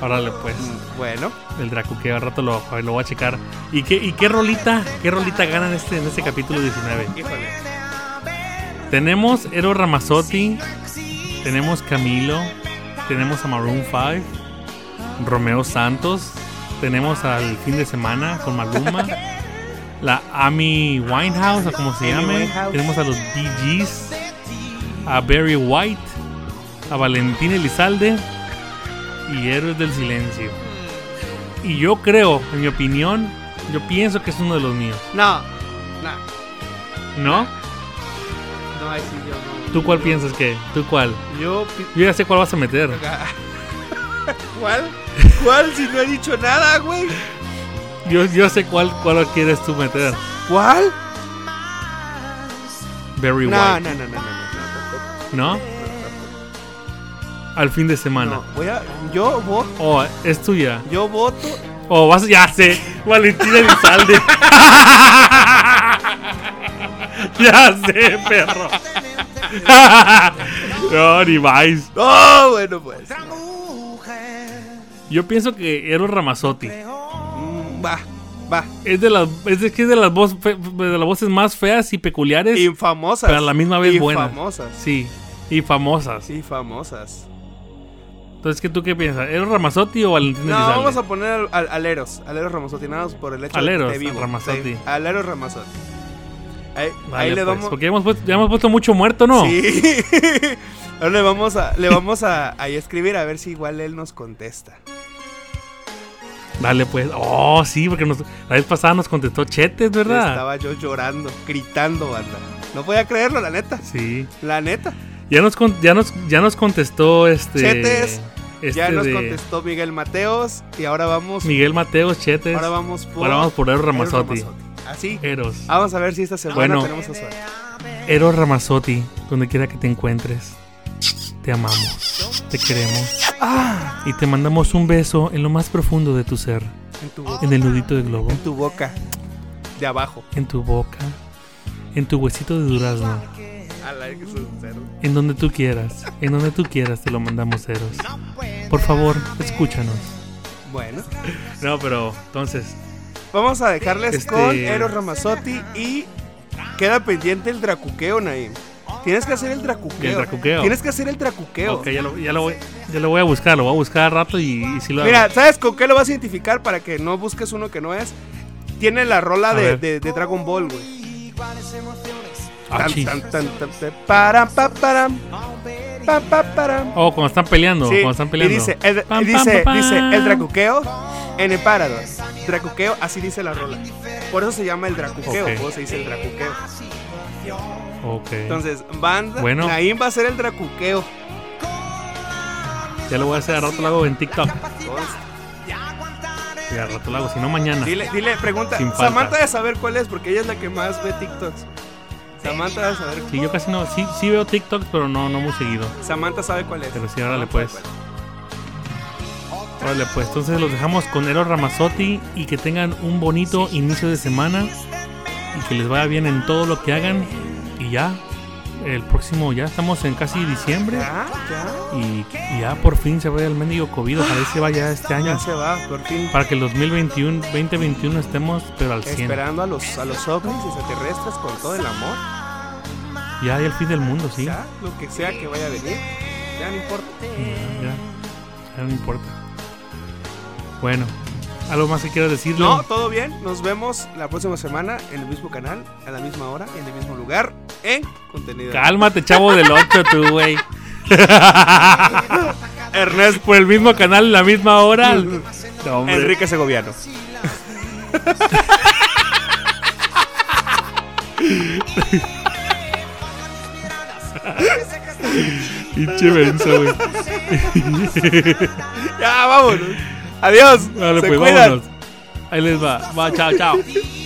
Speaker 4: Órale, pues.
Speaker 5: Bueno,
Speaker 4: El dracuqueo. Al rato lo, lo voy a checar. ¿Y qué, y qué rolita? ¿Qué rolita gana en este, en este capítulo 19?
Speaker 5: híjole.
Speaker 4: Tenemos Ero Ramazzotti, tenemos Camilo, tenemos a Maroon 5, Romeo Santos, tenemos al fin de semana con Maluma, la Amy Winehouse, o como se
Speaker 5: Amy
Speaker 4: llame,
Speaker 5: Winehouse.
Speaker 4: tenemos a los Bee Gees, a Barry White, a Valentín Elizalde y Héroes del Silencio. Y yo creo, en mi opinión, yo pienso que es uno de los míos,
Speaker 5: No, no,
Speaker 4: ¿no?
Speaker 5: no, ahí sí yo no.
Speaker 4: ¿Tú cuál piensas que? ¿Tú cuál?
Speaker 5: Yo. pi-
Speaker 4: Yo ya sé cuál vas a meter.
Speaker 5: ¿Cuál? ¿Cuál? Si no he dicho nada, güey.
Speaker 4: Yo, yo sé cuál, cuál quieres tú meter.
Speaker 5: ¿Cuál?
Speaker 4: Barry
Speaker 5: No, no,
Speaker 4: White.
Speaker 5: no, no, no, no.
Speaker 4: No. Al fin de semana.
Speaker 5: No, voy a. Yo voto.
Speaker 4: Oh, es tuya.
Speaker 5: Yo voto.
Speaker 4: Oh, vas, ya sé. Valentina Elizalde. ya sé, perro. No, ni más.
Speaker 5: No, bueno, pues.
Speaker 4: Yo pienso que Eros Ramazzotti
Speaker 5: Mm, Va, va.
Speaker 4: es de las, es de, que es de las, voz- fe- de las voces más feas y peculiares,
Speaker 5: Infamosas.
Speaker 4: pero a la misma vez buenas.
Speaker 5: Infamosas.
Speaker 4: Sí, y famosas.
Speaker 5: Sí, famosas.
Speaker 4: Entonces, ¿qué tú qué piensas? ¿Eros Ramazzotti o Valentín
Speaker 5: No,
Speaker 4: Elizalde?
Speaker 5: vamos a poner al, al- aleros. Aleros Ramazotti, nada más por el hecho
Speaker 4: Aleros,
Speaker 5: de que esté vivo.
Speaker 4: Ramazzotti.
Speaker 5: Sí, aleros Ramazotti. Ahí,
Speaker 4: Dale,
Speaker 5: ahí le
Speaker 4: pues,
Speaker 5: vamos.
Speaker 4: Porque ya hemos, puesto, ya hemos puesto mucho muerto, ¿no?
Speaker 5: Sí. Ahora le vamos a, le vamos a, ahí escribir a ver si igual él nos contesta.
Speaker 4: Dale, pues. Oh, sí, porque nos- la vez pasada nos contestó Chetes, ¿verdad?
Speaker 5: Estaba yo llorando, gritando, banda. No podía creerlo, la neta.
Speaker 4: Sí.
Speaker 5: La neta.
Speaker 4: Ya nos, con- ya nos, ya nos contestó este.
Speaker 5: Chetes,
Speaker 4: este
Speaker 5: ya nos
Speaker 4: de
Speaker 5: contestó Miguel Mateos y ahora vamos,
Speaker 4: Miguel Mateos, Chetes.
Speaker 5: ahora vamos por,
Speaker 4: ahora vamos por Eros Ramazzotti.
Speaker 5: Ramazzotti. Ah. Así.
Speaker 4: Eros.
Speaker 5: Vamos a ver si esta semana
Speaker 4: Bueno.
Speaker 5: tenemos a suerte.
Speaker 4: Eros Ramazzotti, donde quiera que te encuentres. Te amamos. Te queremos. Y te mandamos un beso en lo más profundo de tu ser.
Speaker 5: En tu boca.
Speaker 4: En el nudito de globo.
Speaker 5: En tu boca. De abajo.
Speaker 4: En tu boca. En tu huesito de durazno.
Speaker 5: A la que es un cerdo.
Speaker 4: En donde tú quieras, en donde tú quieras te lo mandamos Eros. Por favor, escúchanos.
Speaker 5: Bueno.
Speaker 4: No, pero entonces,
Speaker 5: Vamos a dejarles
Speaker 4: Este-
Speaker 5: con Eros Ramazzotti y queda pendiente el dracuqueo, Naim. Tienes que hacer el dracuqueo.
Speaker 4: El dracuqueo.
Speaker 5: Tienes que hacer el dracuqueo.
Speaker 4: ok, ya lo, ya lo voy, ya lo voy a buscar, lo voy a buscar al rato y, y si lo
Speaker 5: Mira,
Speaker 4: hago.
Speaker 5: ¿sabes con qué lo vas a identificar para que no busques uno que no es? Tiene la rola
Speaker 4: A
Speaker 5: de,
Speaker 4: ver.
Speaker 5: de- de Dragon Ball, güey.
Speaker 4: Ah,
Speaker 5: Tan,
Speaker 4: chis.
Speaker 5: tan, tan, tan, tan, param, pa, param, pa, pa, param.
Speaker 4: Oh, cuando están peleando,
Speaker 5: Sí,
Speaker 4: cuando están peleando.
Speaker 5: Y dice, el, y
Speaker 4: Pam, pam,
Speaker 5: dice,
Speaker 4: pam,
Speaker 5: dice,
Speaker 4: pam.
Speaker 5: el dracuqueo en el parado. Dracuqueo, así dice la rola. Por eso se llama el dracuqueo,
Speaker 4: Ok.
Speaker 5: por eso se dice el dracuqueo.
Speaker 4: Ok,
Speaker 5: Entonces, banda,
Speaker 4: Bueno.
Speaker 5: Naim va a hacer el dracuqueo.
Speaker 4: ya lo voy a hacer al rato, lo hago en TikTok.
Speaker 5: Consta.
Speaker 4: Y al rato lo hago, si no mañana.
Speaker 5: Dile, dile, pregunta.
Speaker 4: Sin falta.
Speaker 5: Samantha de saber cuál es, porque ella es la que más ve TikToks. Samantha de saber.
Speaker 4: Sí, yo casi no, sí, sí veo TikTok, pero no, no muy seguido.
Speaker 5: Samantha sabe cuál es.
Speaker 4: Pero sí, órale,
Speaker 5: Samantha sabe
Speaker 4: pues.
Speaker 5: cuál
Speaker 4: Vale, pues entonces los dejamos con Eros Ramazzotti y que tengan un bonito inicio de semana y que les vaya bien en todo lo que hagan. Y ya, el próximo, ya estamos en casi diciembre
Speaker 5: es. Ya, ya.
Speaker 4: y y ya por fin se vaya el mendigo COVID. Ojalá se vaya este año
Speaker 5: Ya se va, por fin.
Speaker 4: para que el 2021, 2021 estemos, pero al 100.
Speaker 5: Esperando a los, a los ovnis extraterrestres con todo el amor.
Speaker 4: Ya hay el fin del mundo, sí.
Speaker 5: Ya, lo que sea que vaya a venir. Ya no importa.
Speaker 4: Ya, ya, ya no importa. Bueno, ¿algo más que quieras decirle?
Speaker 5: No, todo bien. Nos vemos la próxima semana en el mismo canal, a la misma hora, en el mismo lugar, en contenido.
Speaker 4: Cálmate, chavo del 8, tú, güey.
Speaker 5: Ernesto
Speaker 4: Por el mismo canal, la misma hora. No, hombre.
Speaker 5: Enrique Segoviano.
Speaker 4: Pinche menso, güey.
Speaker 5: Ya, vámonos. Adiós.
Speaker 4: Dale,
Speaker 5: Se
Speaker 4: pues
Speaker 5: cuidan.
Speaker 4: vámonos. Ahí les va. Va, chao, chao.
Speaker 7: Oh,